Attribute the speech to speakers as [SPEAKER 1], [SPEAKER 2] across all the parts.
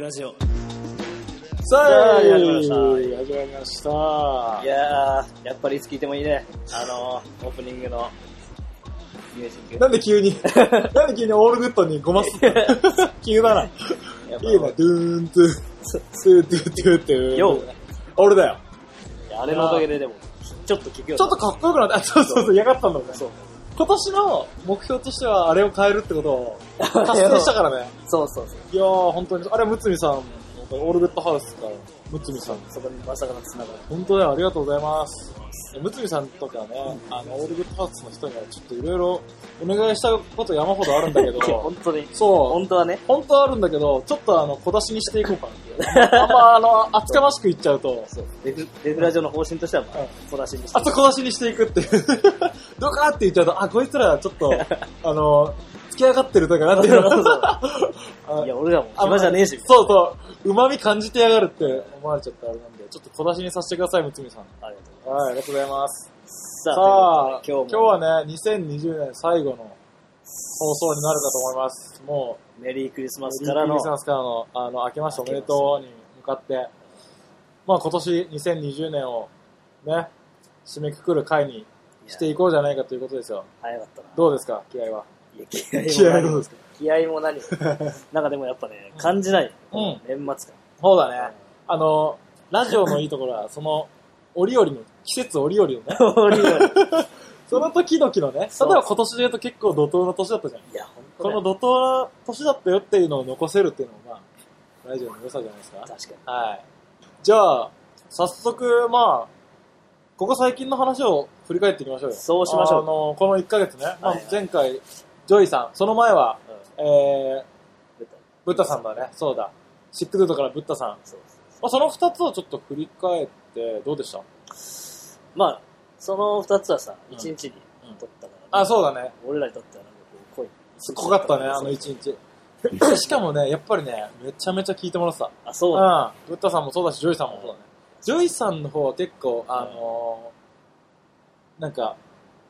[SPEAKER 1] ラジオ。
[SPEAKER 2] さあ、
[SPEAKER 1] はい
[SPEAKER 2] 始
[SPEAKER 1] 始
[SPEAKER 2] ま
[SPEAKER 1] ま
[SPEAKER 2] り
[SPEAKER 1] り
[SPEAKER 2] ま
[SPEAKER 1] ました
[SPEAKER 2] し
[SPEAKER 1] た。
[SPEAKER 2] 始まりました
[SPEAKER 1] い。やー、やっぱりいつ聞いてもいいね。あのー、オープニングのミュージック。
[SPEAKER 2] なんで急 に、なんで急にオールグッドにごます 急だな。い
[SPEAKER 1] やっぱ
[SPEAKER 2] いな、ドゥーン、ドゥーン、ドゥーン、ドゥーン、ドゥーン、ドゥーン。
[SPEAKER 1] よう
[SPEAKER 2] 俺だよ。
[SPEAKER 1] いやあれのおかげででも、ちょっと聞くよ。
[SPEAKER 2] ちょっとかっこよくなった。あそうそうそう、嫌がったんだもんね。そう。今年の目標としては、あれを変えるってことを達成したからね。
[SPEAKER 1] そうそうそう。
[SPEAKER 2] いやー、本当に、あれはむつみさん、オールグッドハウスから、むつみさん。
[SPEAKER 1] そこにまさかのつながり。
[SPEAKER 2] 本当だよ、ありがとうございます。むつみさんとかね、あの、オールグッドハウスの人にはちょっといろいろお願いしたこと山ほどあるん だけ
[SPEAKER 1] いや、
[SPEAKER 2] ど
[SPEAKER 1] 本、当に。
[SPEAKER 2] そう、
[SPEAKER 1] 本当はね。
[SPEAKER 2] 本当はあるんだけど、ちょっとあの、小出しにしていこうか なっていう。あんまあの、厚かましく言っちゃうと、
[SPEAKER 1] そう。レグレグラジオの方針としては、ま
[SPEAKER 2] うん
[SPEAKER 1] あ、小出しにして。
[SPEAKER 2] あと小出しにしていくっていう。 どかって言っちゃうと、あ、こいつらちょっ と、あの、付き上がってるだからなっていうの
[SPEAKER 1] いや、俺らも暇じゃねえし。みたい
[SPEAKER 2] そうそう、旨味感じてやがるって思われちゃったあれなんで、ちょっと小出しにさせてください、むつみさん。
[SPEAKER 1] なありがとうござい
[SPEAKER 2] はい、ありがとうございます。
[SPEAKER 1] ます。
[SPEAKER 2] さ
[SPEAKER 1] さ
[SPEAKER 2] あ
[SPEAKER 1] あ、、という
[SPEAKER 2] 今
[SPEAKER 1] ことで今日
[SPEAKER 2] 日
[SPEAKER 1] も、
[SPEAKER 2] はね、2020年最後の放送になるかと思います。も
[SPEAKER 1] メリークリス
[SPEAKER 2] う、
[SPEAKER 1] マス
[SPEAKER 2] ク
[SPEAKER 1] からの
[SPEAKER 2] リス、マスからの、あの、明けましておめでとうに向かって、まあ今年2020年をね、締めくくる回にしていこうじゃないかということですよ。
[SPEAKER 1] 早かったな。
[SPEAKER 2] どうですか気合は。
[SPEAKER 1] いや気合も何
[SPEAKER 2] すか
[SPEAKER 1] 気合も何なんかでもやっぱね、感じない。
[SPEAKER 2] うん
[SPEAKER 1] 年末
[SPEAKER 2] そうだ
[SPEAKER 1] 感
[SPEAKER 2] ね。。あの、ラジオのいいところは、その、 折々の、季節折々のね、
[SPEAKER 1] 折々
[SPEAKER 2] その時々のね、例え
[SPEAKER 1] そう
[SPEAKER 2] ば今年で言うと結構怒涛の年だったじゃ
[SPEAKER 1] い
[SPEAKER 2] ん。
[SPEAKER 1] や、本当
[SPEAKER 2] こ
[SPEAKER 1] ね
[SPEAKER 2] の怒涛の年だったよっていうのを残せるっていうのも、まあ、ラジオの良さじゃないですか。
[SPEAKER 1] 確かに。
[SPEAKER 2] はい。じゃあ、早速、まあ、ここ最近の話を振り返っていきましょうよ。
[SPEAKER 1] そうしましょう
[SPEAKER 2] あの、この1ヶ月ね、ま
[SPEAKER 1] は
[SPEAKER 2] あ
[SPEAKER 1] いはい、
[SPEAKER 2] 前回、ジョイさん、その前は、
[SPEAKER 1] うん
[SPEAKER 2] えー、
[SPEAKER 1] 出た
[SPEAKER 2] ブッダさんだね、そうだ。シックドゥードからブッダさん。ま
[SPEAKER 1] そうそうそ
[SPEAKER 2] あ、その2つをちょっと振り返って、どうでした
[SPEAKER 1] うまあ、その二つはさ、
[SPEAKER 2] うん
[SPEAKER 1] 一日に
[SPEAKER 2] うん
[SPEAKER 1] 撮ったから、
[SPEAKER 2] あ、そうだね。
[SPEAKER 1] 俺らにとってはなんかこう、濃い。
[SPEAKER 2] すっごかったね、あの
[SPEAKER 1] 一。
[SPEAKER 2] 1日。しかもね、やっぱりね、めちゃめちゃ聞いてもらってた。
[SPEAKER 1] あ、そうだ。
[SPEAKER 2] うん。ウッタさんもそうだし、ジョイさんもそうだね。ジョイさんの方は結構、あのー、なんか、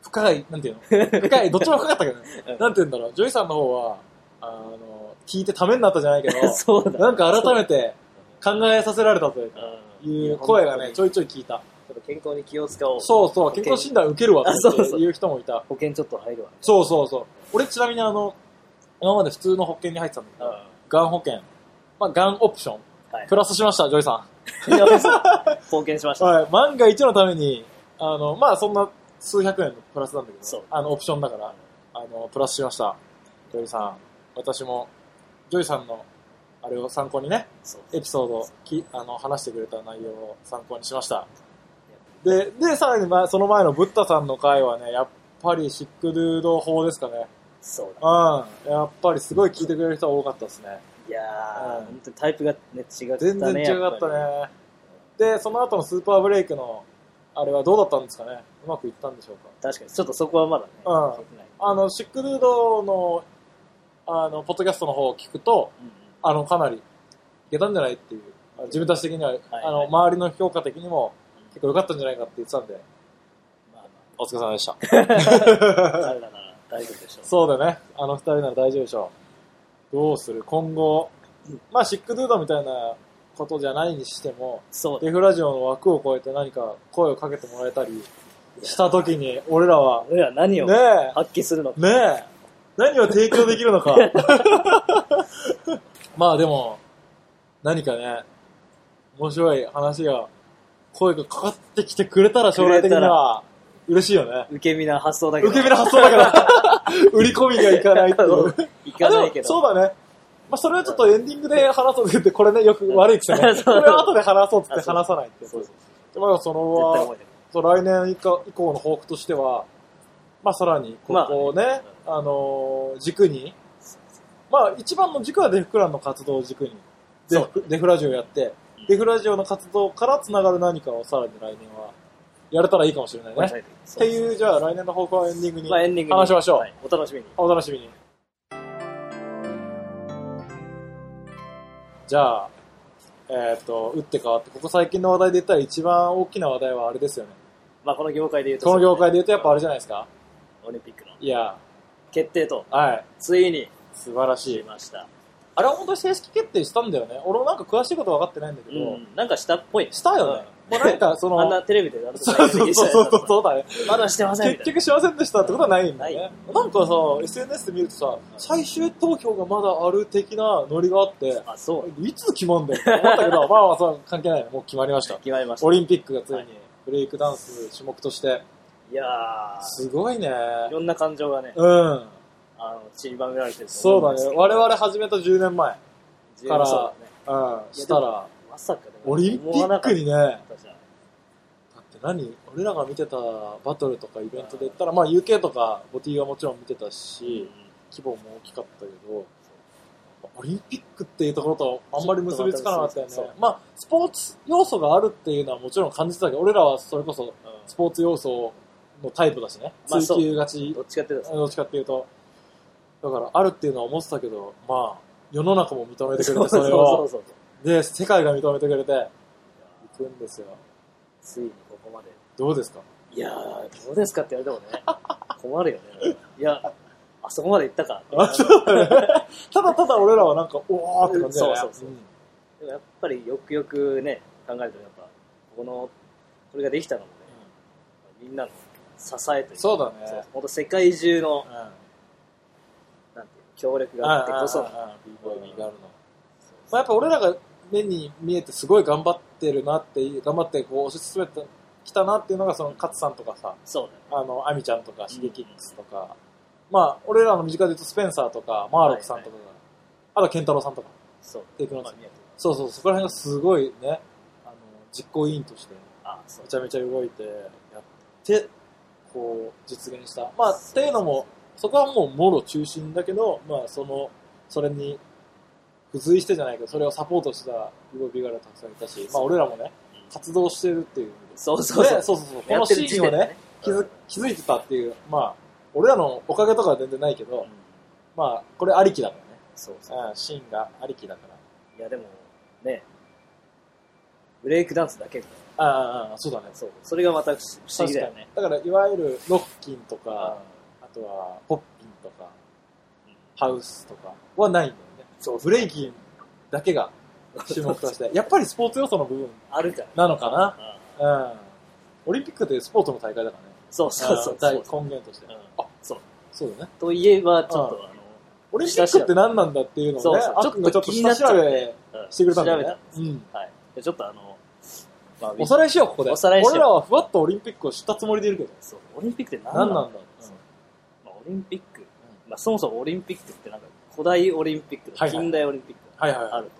[SPEAKER 2] 深い、なんていう の深い、どっちも深かったけどね
[SPEAKER 1] うん。
[SPEAKER 2] なんていうんだろう、ジョイさんの方は、あのー、聞いてためになったじゃないけど、
[SPEAKER 1] そうだ。
[SPEAKER 2] なんか改めて考えさせられたというか
[SPEAKER 1] う
[SPEAKER 2] い
[SPEAKER 1] ん、
[SPEAKER 2] う声がね、ち
[SPEAKER 1] ちょ
[SPEAKER 2] ょ
[SPEAKER 1] い
[SPEAKER 2] いちょい聞いた。
[SPEAKER 1] や。本当にちょっと健康に気を使おう。
[SPEAKER 2] そうそう、健康診断受けるわ
[SPEAKER 1] あそう
[SPEAKER 2] って
[SPEAKER 1] そう
[SPEAKER 2] いう人もいた。
[SPEAKER 1] 保険ちょっと入るわ。
[SPEAKER 2] そうそうそう。俺ちなみにあの、今まで普通の保険に入ってたんだけ
[SPEAKER 1] うん。
[SPEAKER 2] ど、
[SPEAKER 1] は
[SPEAKER 2] がん保険、まあ、がんオプション、
[SPEAKER 1] い
[SPEAKER 2] プ。ラスしました、ジョイさん。
[SPEAKER 1] やべえそう貢献しました。
[SPEAKER 2] はい、万が一のために、あの、まあそんな数百円のプラスなんだけ
[SPEAKER 1] そう
[SPEAKER 2] ど、あの、オプションだから、あの、プラスしました。ジョイさん、私も、ジョイさんの、あれを参考にね、
[SPEAKER 1] そう。
[SPEAKER 2] エピソードをき、あの、話してくれた内容を参考にしました。で、で、さらに、まあ、その前のブッダさんの回はね、やっぱりシックドゥード法ですかね。
[SPEAKER 1] そうだ。
[SPEAKER 2] うん。やっぱりすごい聞いてくれる人は多かったですね。
[SPEAKER 1] いや
[SPEAKER 2] う
[SPEAKER 1] ー、
[SPEAKER 2] ん
[SPEAKER 1] 本当にタイプがね、違ったね。
[SPEAKER 2] 全然違
[SPEAKER 1] や
[SPEAKER 2] かった
[SPEAKER 1] ぱ
[SPEAKER 2] ね。で、その後のスーパーブレイクの、あれはどうだったんですかねうまくいったんでしょうか
[SPEAKER 1] り。確かに、ちょっとそこはまだね。
[SPEAKER 2] うん
[SPEAKER 1] 聞いてない
[SPEAKER 2] あの、シックルードの、あの、ポッドキャストの方を聞くと、
[SPEAKER 1] うんうん
[SPEAKER 2] あの、かなり、いけたんじゃないっていう、あの自分たち的には、
[SPEAKER 1] はい
[SPEAKER 2] あの、周りの評価的にも、結構良かったんじゃないかって言ってたんで、
[SPEAKER 1] まあまあ。
[SPEAKER 2] お疲れ様でした。
[SPEAKER 1] 彼らなら大丈夫でしょう。
[SPEAKER 2] そうだね。あの二人なら大丈夫でしょう。どうする今後、まあ、シックルードみたいなことじゃないにしても、
[SPEAKER 1] そうだ。
[SPEAKER 2] デフラジオの枠を超えて何か声をかけてもらえたりした時に、俺らは、
[SPEAKER 1] 俺ら何
[SPEAKER 2] ね
[SPEAKER 1] を
[SPEAKER 2] え、
[SPEAKER 1] 発揮するのか。
[SPEAKER 2] ねえ、何を提供できるのか。 まあでも、何かね、面白い話が、声がかかってきてくれたら将来的には、嬉しいよね。
[SPEAKER 1] 受け身な発想だけど。
[SPEAKER 2] 受け身の発想だ から、売り込みがいかないっ ていう。
[SPEAKER 1] いかないけ
[SPEAKER 2] あでもそ
[SPEAKER 1] ど。
[SPEAKER 2] うだね。まあそれはちょっとエンディングで話そうって言って、これね、よく悪い癖 ね。
[SPEAKER 1] そう
[SPEAKER 2] これは後で話そうって言って
[SPEAKER 1] あそう
[SPEAKER 2] 話さないっていう。
[SPEAKER 1] そうそう
[SPEAKER 2] まあそ
[SPEAKER 1] 絶対
[SPEAKER 2] の
[SPEAKER 1] 覚えてる。
[SPEAKER 2] そう、来年以降以降の抱負としては、まあさらに、ここをね、あ、のー軸に、まあ一番の軸はデフクランの活動を軸に、デ
[SPEAKER 1] そう
[SPEAKER 2] フデフラジオやって、
[SPEAKER 1] うん
[SPEAKER 2] デフラジオの活動から繋がる何かをさらに来年は、やれたらいいかもしれない
[SPEAKER 1] 覚え
[SPEAKER 2] ね。
[SPEAKER 1] てる
[SPEAKER 2] っ
[SPEAKER 1] そう
[SPEAKER 2] ていう、じゃあ来年の抱負はエンディングに
[SPEAKER 1] まあエンディングに
[SPEAKER 2] 話しましょう。
[SPEAKER 1] はいお楽しみに。
[SPEAKER 2] お楽しみに。じゃあ、えっ、と、打って変わって、ここ最近の話題で言ったら一番大きな話題はあれですよね。
[SPEAKER 1] まあこの業界で言うと。
[SPEAKER 2] この業界で言うとやっぱあれじゃないですか
[SPEAKER 1] オリンピックの
[SPEAKER 2] いや、
[SPEAKER 1] 決定と、
[SPEAKER 2] はい。
[SPEAKER 1] ついに
[SPEAKER 2] 素晴らし
[SPEAKER 1] し
[SPEAKER 2] い。
[SPEAKER 1] ました。
[SPEAKER 2] あれは本当に正式決定したんだよね。俺もなんか詳しいこと分かってないんだけ
[SPEAKER 1] う
[SPEAKER 2] ど、
[SPEAKER 1] ん、なんかしたっぽい。
[SPEAKER 2] したよね。もうな んかそ
[SPEAKER 1] あん
[SPEAKER 2] の、
[SPEAKER 1] なテレビでやると
[SPEAKER 2] そうそうそうそうそうだね。
[SPEAKER 1] まだしてませんみ
[SPEAKER 2] 結
[SPEAKER 1] たいな。
[SPEAKER 2] 局しませんでしたってことはないんだ
[SPEAKER 1] な
[SPEAKER 2] よね。なんかさ、SNS で見るとさ、最終投票がまだある的なノリがあって、
[SPEAKER 1] あ、そう。
[SPEAKER 2] いつ決まんだよって思ったけど、ま あまあそう関係ないね。もう決まりました。
[SPEAKER 1] 決まりました。
[SPEAKER 2] オリンピックがつい
[SPEAKER 1] は
[SPEAKER 2] にブレイクダンス種目として。
[SPEAKER 1] いや
[SPEAKER 2] すごいね。
[SPEAKER 1] ー、いろんな感情がね、
[SPEAKER 2] うん。
[SPEAKER 1] あの、散りばめられてると
[SPEAKER 2] そう
[SPEAKER 1] 思ん
[SPEAKER 2] だ
[SPEAKER 1] ですけ
[SPEAKER 2] ね。
[SPEAKER 1] ど
[SPEAKER 2] 我々始めた10年前。
[SPEAKER 1] 自由にそうだね。
[SPEAKER 2] うん。したら、
[SPEAKER 1] まさかね。
[SPEAKER 2] オリンピックにね、だ
[SPEAKER 1] 思わなかったじゃん
[SPEAKER 2] って何俺らが見てたバトルとかイベントで言ったら、まあ UK とかボティはもちろん見てた
[SPEAKER 1] うん
[SPEAKER 2] し、規模も大きかったけど、オリンピックっていうところとあんまり結びつかなかったよね
[SPEAKER 1] そうそう。
[SPEAKER 2] まあ、スポーツ要素があるっていうのはもちろん感じてたけど、俺らはそれこそ
[SPEAKER 1] うん
[SPEAKER 2] スポーツ要素のタイプだしね。
[SPEAKER 1] まあ
[SPEAKER 2] 追求がち
[SPEAKER 1] どっちかっていうと、
[SPEAKER 2] どっちかっていうと。だから、あるっていうのは思ってたけど、まあ、世の中も認めてくれて、それ
[SPEAKER 1] そう
[SPEAKER 2] を。
[SPEAKER 1] そうそう。
[SPEAKER 2] で、世界が認めてくれて、行くんですよ。
[SPEAKER 1] ついにここまで。
[SPEAKER 2] どうですか
[SPEAKER 1] いやー、どうですかって言われてもね、困るよね。いや、あそこまで行ったかって。
[SPEAKER 2] あそうただただ俺らはなんか、おーって感じだよね。
[SPEAKER 1] そうそうそうんでもやっぱりよくよくね、考えると、やっぱ、この、これができたのもね、みんなの支えというか
[SPEAKER 2] そうだね
[SPEAKER 1] そう本当世界中の、なんていうの協力
[SPEAKER 2] うん。
[SPEAKER 1] があってこそ、
[SPEAKER 2] うんうん
[SPEAKER 1] そう
[SPEAKER 2] うん b ボーイにがあるの。まあ、やっぱ俺らが目に見えてすごい頑張ってるなっていう、頑張ってこう推し進めてきたなっていうのが、その勝さんとかさ、
[SPEAKER 1] そうだね。
[SPEAKER 2] あの、アミちゃんとか、シゲキックスとか、まあ、俺らの身近で言うと、スペンサーとか、マーロックさんとかが、あと、ケンタロウさんとか、
[SPEAKER 1] そう。
[SPEAKER 2] テイクノーツ
[SPEAKER 1] まあ見えてる
[SPEAKER 2] そうそう、そこら辺がすごいね、あの、実行委員として、
[SPEAKER 1] あ、そう
[SPEAKER 2] め。ちゃめちゃ動いて、やって、こう、実現した。まあ、っていうのも、そこはもう、もろ中心だけど、まあ、その、それに、付随してじゃないけど、それをサポートした、ビゴビガラたくさんいたし、まあ、俺らもね、活動してるっていう意味で。
[SPEAKER 1] そうそうそう
[SPEAKER 2] ねそうそうそう。こ
[SPEAKER 1] や
[SPEAKER 2] の
[SPEAKER 1] って
[SPEAKER 2] シ
[SPEAKER 1] る時
[SPEAKER 2] ーンを
[SPEAKER 1] 点で
[SPEAKER 2] ね、気づ気づいてたっていう、まあ、俺らのおかげとかは全然ないけ
[SPEAKER 1] うん
[SPEAKER 2] ど、
[SPEAKER 1] うん
[SPEAKER 2] まあ、これありきだか
[SPEAKER 1] そうそう。
[SPEAKER 2] らね。うん、シーンがありきだから。
[SPEAKER 1] いや、でも、ね、ブレイクダンスだけみたい
[SPEAKER 2] ああああ、そうだね
[SPEAKER 1] な。。そう。それがまた不思議
[SPEAKER 2] 確
[SPEAKER 1] だ
[SPEAKER 2] か
[SPEAKER 1] よ
[SPEAKER 2] に
[SPEAKER 1] ね。
[SPEAKER 2] ね。だから、いわゆるロッキンとか、
[SPEAKER 1] う
[SPEAKER 2] あとはポッピンとか、
[SPEAKER 1] ん
[SPEAKER 2] ハウスとかはないんだよね。
[SPEAKER 1] そう
[SPEAKER 2] ブレイキンだけが種目と して、やっぱりスポーツ要素の部分
[SPEAKER 1] あるから。
[SPEAKER 2] なのかな。
[SPEAKER 1] うん
[SPEAKER 2] うん。オリンピックってスポーツの大会だからね。
[SPEAKER 1] そうそうそう。
[SPEAKER 2] 大
[SPEAKER 1] そう
[SPEAKER 2] 根源として
[SPEAKER 1] う。ん
[SPEAKER 2] あ
[SPEAKER 1] そう。
[SPEAKER 2] そうだね。
[SPEAKER 1] といえば、ちょっとあの、
[SPEAKER 2] オリンピックって何なんだっていうの
[SPEAKER 1] そ
[SPEAKER 2] を
[SPEAKER 1] う
[SPEAKER 2] ね
[SPEAKER 1] そう、
[SPEAKER 2] あくんがちょっと下調
[SPEAKER 1] う
[SPEAKER 2] べ
[SPEAKER 1] ん
[SPEAKER 2] してくれたんだ
[SPEAKER 1] 調
[SPEAKER 2] よ
[SPEAKER 1] べ
[SPEAKER 2] ね。
[SPEAKER 1] たんです。
[SPEAKER 2] うん。
[SPEAKER 1] はい。でちょっとあの、まあ
[SPEAKER 2] おさらいしよう、ここで。
[SPEAKER 1] おさらいしよう
[SPEAKER 2] 俺らはふわっとオリンピックを知ったつもりでいるけど。
[SPEAKER 1] そうオリンピックって何な
[SPEAKER 2] 何
[SPEAKER 1] んだ
[SPEAKER 2] なんだ
[SPEAKER 1] そうまあ、オリンピック、まあ、そもそもオリンピックってなんか古代オリンピックと
[SPEAKER 2] はいはい
[SPEAKER 1] 近代オリンピック
[SPEAKER 2] はいはい
[SPEAKER 1] があ
[SPEAKER 2] はい。
[SPEAKER 1] る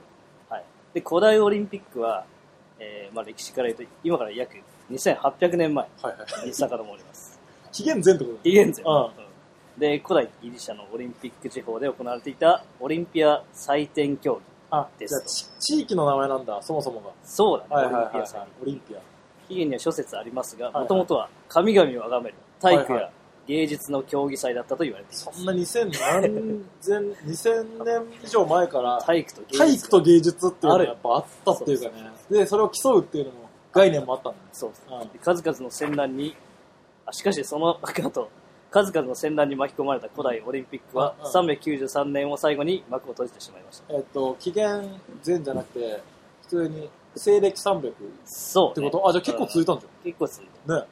[SPEAKER 1] と、はいで古代オリンピックは、えーまあ、歴史から言うと今から約2800年前
[SPEAKER 2] はいはい。
[SPEAKER 1] に遡ります
[SPEAKER 2] 紀元前ってこと
[SPEAKER 1] 紀元前、
[SPEAKER 2] うん
[SPEAKER 1] うんで古代ギリシャのオリンピック地方で行われていたオリンピア祭典競技
[SPEAKER 2] あ、
[SPEAKER 1] で
[SPEAKER 2] じゃ
[SPEAKER 1] す
[SPEAKER 2] あち地域の名前なんだ、そもそもが。
[SPEAKER 1] そうだね、
[SPEAKER 2] はいはい
[SPEAKER 1] オリンピア
[SPEAKER 2] は
[SPEAKER 1] 祭典
[SPEAKER 2] い。オリンピア。
[SPEAKER 1] 起源には諸説ありますが
[SPEAKER 2] いはい
[SPEAKER 1] もともとは神々を崇める体育
[SPEAKER 2] はいは
[SPEAKER 1] や芸術の競技祭だったと言われています、
[SPEAKER 2] そんな2000何千、2000年以上前から、
[SPEAKER 1] 体育と芸術
[SPEAKER 2] 体育と芸術っていうの
[SPEAKER 1] あ
[SPEAKER 2] が
[SPEAKER 1] る
[SPEAKER 2] やっぱあったっていうかね。で、それを競うっていうのも、概念もあったんだね。
[SPEAKER 1] そう
[SPEAKER 2] うん
[SPEAKER 1] で数々の戦乱にあしかしその後数々の戦乱に巻き込まれた古代オリンピックは
[SPEAKER 2] うん
[SPEAKER 1] 393年を最後に幕を閉じてしまいました
[SPEAKER 2] えっと、紀元前じゃなくて、普通に西暦300っ
[SPEAKER 1] そう
[SPEAKER 2] て
[SPEAKER 1] ね、
[SPEAKER 2] ことあ、じゃあ結構続いたんじ
[SPEAKER 1] 結構続いた
[SPEAKER 2] ゃん。ね。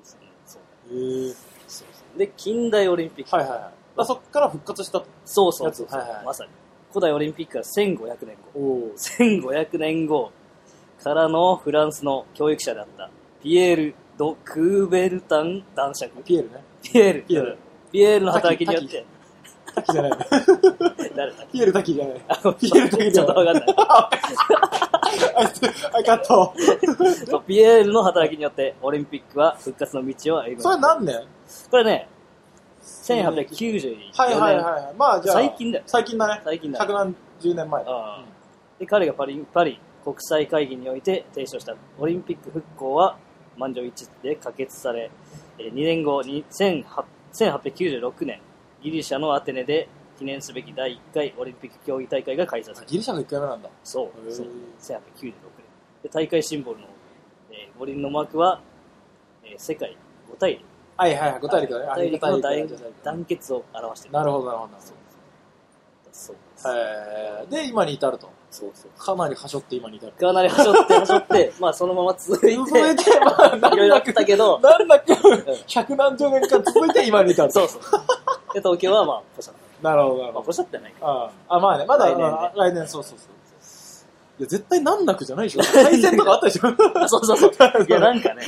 [SPEAKER 1] ですねそうね
[SPEAKER 2] へー
[SPEAKER 1] そうそうで近代オリンピック、
[SPEAKER 2] はいはいはい。だからそっから復活した。
[SPEAKER 1] そうそう
[SPEAKER 2] やつ
[SPEAKER 1] そうそう
[SPEAKER 2] はいはい
[SPEAKER 1] まさに古代オリンピックは1500年後
[SPEAKER 2] おお。
[SPEAKER 1] 1500年後からのフランスの教育者であったピエール・ド・クーベルタン男爵
[SPEAKER 2] ピエールね。
[SPEAKER 1] ピエール
[SPEAKER 2] ピエール
[SPEAKER 1] ピエールの働きによって
[SPEAKER 2] 滝じゃない。
[SPEAKER 1] 誰だっけ
[SPEAKER 2] ピエール滝じゃない。
[SPEAKER 1] ピ
[SPEAKER 2] ピエールだけ
[SPEAKER 1] ち
[SPEAKER 2] じ
[SPEAKER 1] ょ
[SPEAKER 2] ゃ
[SPEAKER 1] っ
[SPEAKER 2] な
[SPEAKER 1] とわ
[SPEAKER 2] い
[SPEAKER 1] かんない。
[SPEAKER 2] あ、カット。
[SPEAKER 1] そうピエールの働きによって、オリンピックは復活の道を歩む。
[SPEAKER 2] それ何年
[SPEAKER 1] これね、1894年。
[SPEAKER 2] はいはいはい。まあじゃあ。
[SPEAKER 1] 最近だよ
[SPEAKER 2] 最近だね。
[SPEAKER 1] 最近だよ
[SPEAKER 2] 100何十年前だ。
[SPEAKER 1] ああで、彼がパリ、パリ国際会議において提唱したオリンピック復興は満場一致で可決され、2年後に1800 1896年、ギリシャのアテネで記念すべき第1回オリンピック競技大会が開催された
[SPEAKER 2] ギリシャの1回目なんだ。
[SPEAKER 1] そう、
[SPEAKER 2] へー
[SPEAKER 1] そう1896年で。大会シンボルの、えー五輪のマークは、えー世界5対0。
[SPEAKER 2] はいはいはい。五大陸だね。
[SPEAKER 1] 大陸の
[SPEAKER 2] あ
[SPEAKER 1] 大
[SPEAKER 2] 五大陸
[SPEAKER 1] 団結を表してる。
[SPEAKER 2] なるほどなるほど。
[SPEAKER 1] そうです。
[SPEAKER 2] えー、で、今に至ると。
[SPEAKER 1] そうそう。
[SPEAKER 2] かなりはしょって今に至る。
[SPEAKER 1] かなりはしょって、はしょ って、まあそのまま続いて、い
[SPEAKER 2] 続いて、まあ、な ん
[SPEAKER 1] ろいろあ
[SPEAKER 2] だ
[SPEAKER 1] っ
[SPEAKER 2] か、
[SPEAKER 1] たけど、
[SPEAKER 2] なんだか、百何十年間続いて今に至る。
[SPEAKER 1] そうそう。で、東京はまあ、ポ シャ。
[SPEAKER 2] なるほど、なる
[SPEAKER 1] まあ、
[SPEAKER 2] ほ
[SPEAKER 1] ポシャってないか。
[SPEAKER 2] ど。ああ、まあね、まだ
[SPEAKER 1] 来
[SPEAKER 2] 来
[SPEAKER 1] 年ね
[SPEAKER 2] 年、来年、そうそうそう。いや、絶対難なくじゃないでしょ。再選とかあったでしょ。そうそうそう。
[SPEAKER 1] いや、なんか ね、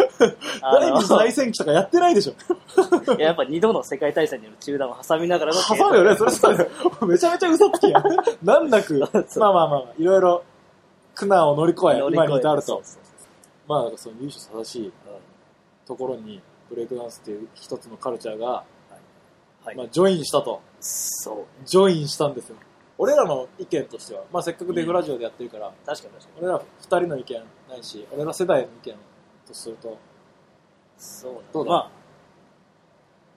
[SPEAKER 1] あ
[SPEAKER 2] 第二次
[SPEAKER 1] の、
[SPEAKER 2] 再
[SPEAKER 1] い
[SPEAKER 2] 選期とかやってないでしょ。
[SPEAKER 1] ややっぱ二度の世界大戦による中断を挟みながらの
[SPEAKER 2] 挟むよね、それそうだよ。めちゃめちゃ嘘つきやん。難なく、まあまあまあ、いろいろ苦難を乗り越え、
[SPEAKER 1] 乗り
[SPEAKER 2] 今
[SPEAKER 1] 越
[SPEAKER 2] に
[SPEAKER 1] え
[SPEAKER 2] 至る
[SPEAKER 1] そう
[SPEAKER 2] と。
[SPEAKER 1] そう
[SPEAKER 2] まあ、なんかその優秀正しい
[SPEAKER 1] そううん
[SPEAKER 2] ところに、ブレイクダンスっていう一つのカルチャーが、
[SPEAKER 1] はい
[SPEAKER 2] まあ、ジョインしたと。
[SPEAKER 1] そう。
[SPEAKER 2] ジョインしたんですよ。俺らの意見としては、まあせっかくデフラジオでやってるから、
[SPEAKER 1] 確かに確かに。
[SPEAKER 2] 俺ら二人の意見ないし、俺ら世代の意見とすると、
[SPEAKER 1] そうなんだ
[SPEAKER 2] どうだ
[SPEAKER 1] まあ、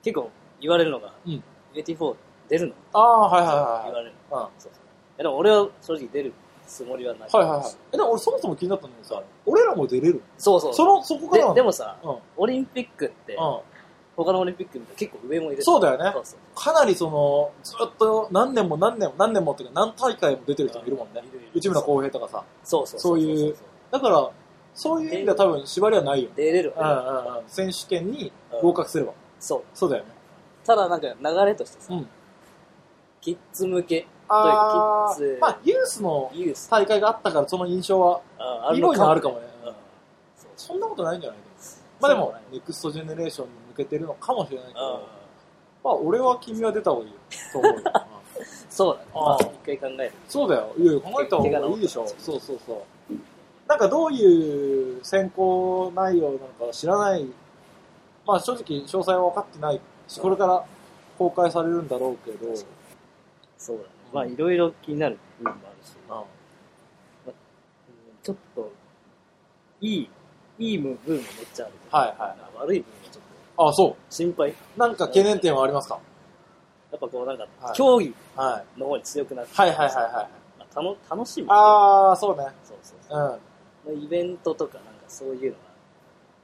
[SPEAKER 1] 結構言われるのが、
[SPEAKER 2] うん
[SPEAKER 1] 84出るの
[SPEAKER 2] ああ、はいはい
[SPEAKER 1] 言
[SPEAKER 2] はい。
[SPEAKER 1] われる。
[SPEAKER 2] うん
[SPEAKER 1] そうそう。いやでも俺は正直出るつもりはない。
[SPEAKER 2] はいはいはい。え、でも俺そもそも気になったのにさ、俺らも出れる
[SPEAKER 1] そうそう。
[SPEAKER 2] その、そこか
[SPEAKER 1] で
[SPEAKER 2] らなの
[SPEAKER 1] でもさ、
[SPEAKER 2] うん、
[SPEAKER 1] オリンピックって、
[SPEAKER 2] うん。
[SPEAKER 1] 他のオリンピックみたいに結構上もいる
[SPEAKER 2] そうだよね
[SPEAKER 1] そうそう。
[SPEAKER 2] かなりその、ずっと何年も何年も何年もっていうか何大会も出てる人もいるもんね
[SPEAKER 1] いるいる。
[SPEAKER 2] 内村航平とかさ。
[SPEAKER 1] そうそう
[SPEAKER 2] そういう。だから、そういう意味では多分縛りはないよね。
[SPEAKER 1] 出れる
[SPEAKER 2] う。んうんうん。選手権に
[SPEAKER 1] うん
[SPEAKER 2] 合格すれば。
[SPEAKER 1] そう。
[SPEAKER 2] そうだよね。
[SPEAKER 1] ただなんか流れとしてさ、
[SPEAKER 2] うん
[SPEAKER 1] キッズ向け、
[SPEAKER 2] あ
[SPEAKER 1] キッズ
[SPEAKER 2] ーまあ、ユースの
[SPEAKER 1] ユース、
[SPEAKER 2] 大会があったからその印象は、
[SPEAKER 1] あ
[SPEAKER 2] イボイのあるかもね。
[SPEAKER 1] うんそう
[SPEAKER 2] そんなことないんじゃないのまあで
[SPEAKER 1] そう
[SPEAKER 2] も
[SPEAKER 1] だね、
[SPEAKER 2] ネクストジェネレーションに向けてるのかもしれない
[SPEAKER 1] う
[SPEAKER 2] け
[SPEAKER 1] ん
[SPEAKER 2] ど、まあ俺は君は出た方がいい よ。と思うよ。うん
[SPEAKER 1] そうだね。ま
[SPEAKER 2] あ
[SPEAKER 1] あ
[SPEAKER 2] ー
[SPEAKER 1] 一回考える。
[SPEAKER 2] そうだよ。いやいや考えた方がいいでしょ。そうそうそう。なんかどういう選考内容なのか知らない。まあ正直詳細は分かってないし、これから公開されるんだろうけど。
[SPEAKER 1] そうだね。まあいろいろ気になる部分もあるし、うん
[SPEAKER 2] あ
[SPEAKER 1] ちょっと、いい、いい部分もめっちゃあるけど。
[SPEAKER 2] はいはい。
[SPEAKER 1] 悪い部分もちょっと
[SPEAKER 2] あ、そ
[SPEAKER 1] 心配。
[SPEAKER 2] う。なんか懸念点はありますか
[SPEAKER 1] やっぱこうなんか
[SPEAKER 2] は、い
[SPEAKER 1] 競技
[SPEAKER 2] はい。
[SPEAKER 1] の方に強くなって、
[SPEAKER 2] はいはいはいはい。
[SPEAKER 1] まあ、たの楽しむ。
[SPEAKER 2] あー、そうね。
[SPEAKER 1] そうそうそ
[SPEAKER 2] うん。
[SPEAKER 1] う。のイベントとかなんかそういうの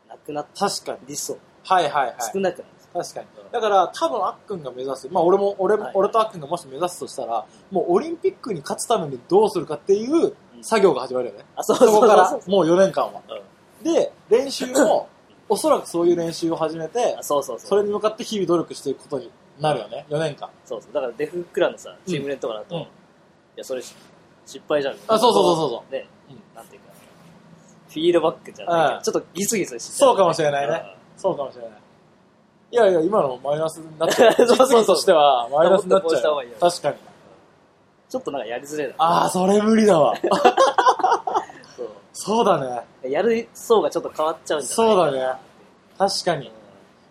[SPEAKER 1] がなくなっ
[SPEAKER 2] 確かに。
[SPEAKER 1] 理想、
[SPEAKER 2] はいはいはい。
[SPEAKER 1] 少なくなる。
[SPEAKER 2] 確かに。だから多分あっくんが目指す。まあ俺も、俺も、
[SPEAKER 1] はい
[SPEAKER 2] 俺とあっくんがもし目指すとしたら、もうオリンピックに勝つためにどうするかっていう作業が始まるよね。
[SPEAKER 1] あ、そう
[SPEAKER 2] そ
[SPEAKER 1] そう
[SPEAKER 2] こ
[SPEAKER 1] そう
[SPEAKER 2] か
[SPEAKER 1] そう
[SPEAKER 2] ら、もう4年間は。
[SPEAKER 1] うん
[SPEAKER 2] で、練習も、おそらくそういう練習を始めて
[SPEAKER 1] あ、そうそうそう。
[SPEAKER 2] それに向かって日々努力していくことになるよね、4年間。
[SPEAKER 1] そうそう。だからデフクラのさ、チーム連とかだと、
[SPEAKER 2] うん
[SPEAKER 1] いや、それし失敗じゃん。
[SPEAKER 2] あそうそうそうそう
[SPEAKER 1] う。ね、
[SPEAKER 2] うん
[SPEAKER 1] なんていうか、フィードバックじゃないけど
[SPEAKER 2] うん
[SPEAKER 1] ちょっとギスギスして
[SPEAKER 2] そうかもしれないね。そうかもしれない。いやいや、今のマイナスになっちゃう。
[SPEAKER 1] そうそうそう
[SPEAKER 2] 実技としては、マイナスになっ
[SPEAKER 1] もっとこう
[SPEAKER 2] ち
[SPEAKER 1] した
[SPEAKER 2] ゃ
[SPEAKER 1] 方が
[SPEAKER 2] う
[SPEAKER 1] いいよ。
[SPEAKER 2] 確かに。
[SPEAKER 1] ちょっとなんかやりづれえな。
[SPEAKER 2] ああ、それ無理 だわ。
[SPEAKER 1] そう
[SPEAKER 2] そうだね。
[SPEAKER 1] やる層がちょっと変わっちゃうんじゃない
[SPEAKER 2] そうだね。確かに。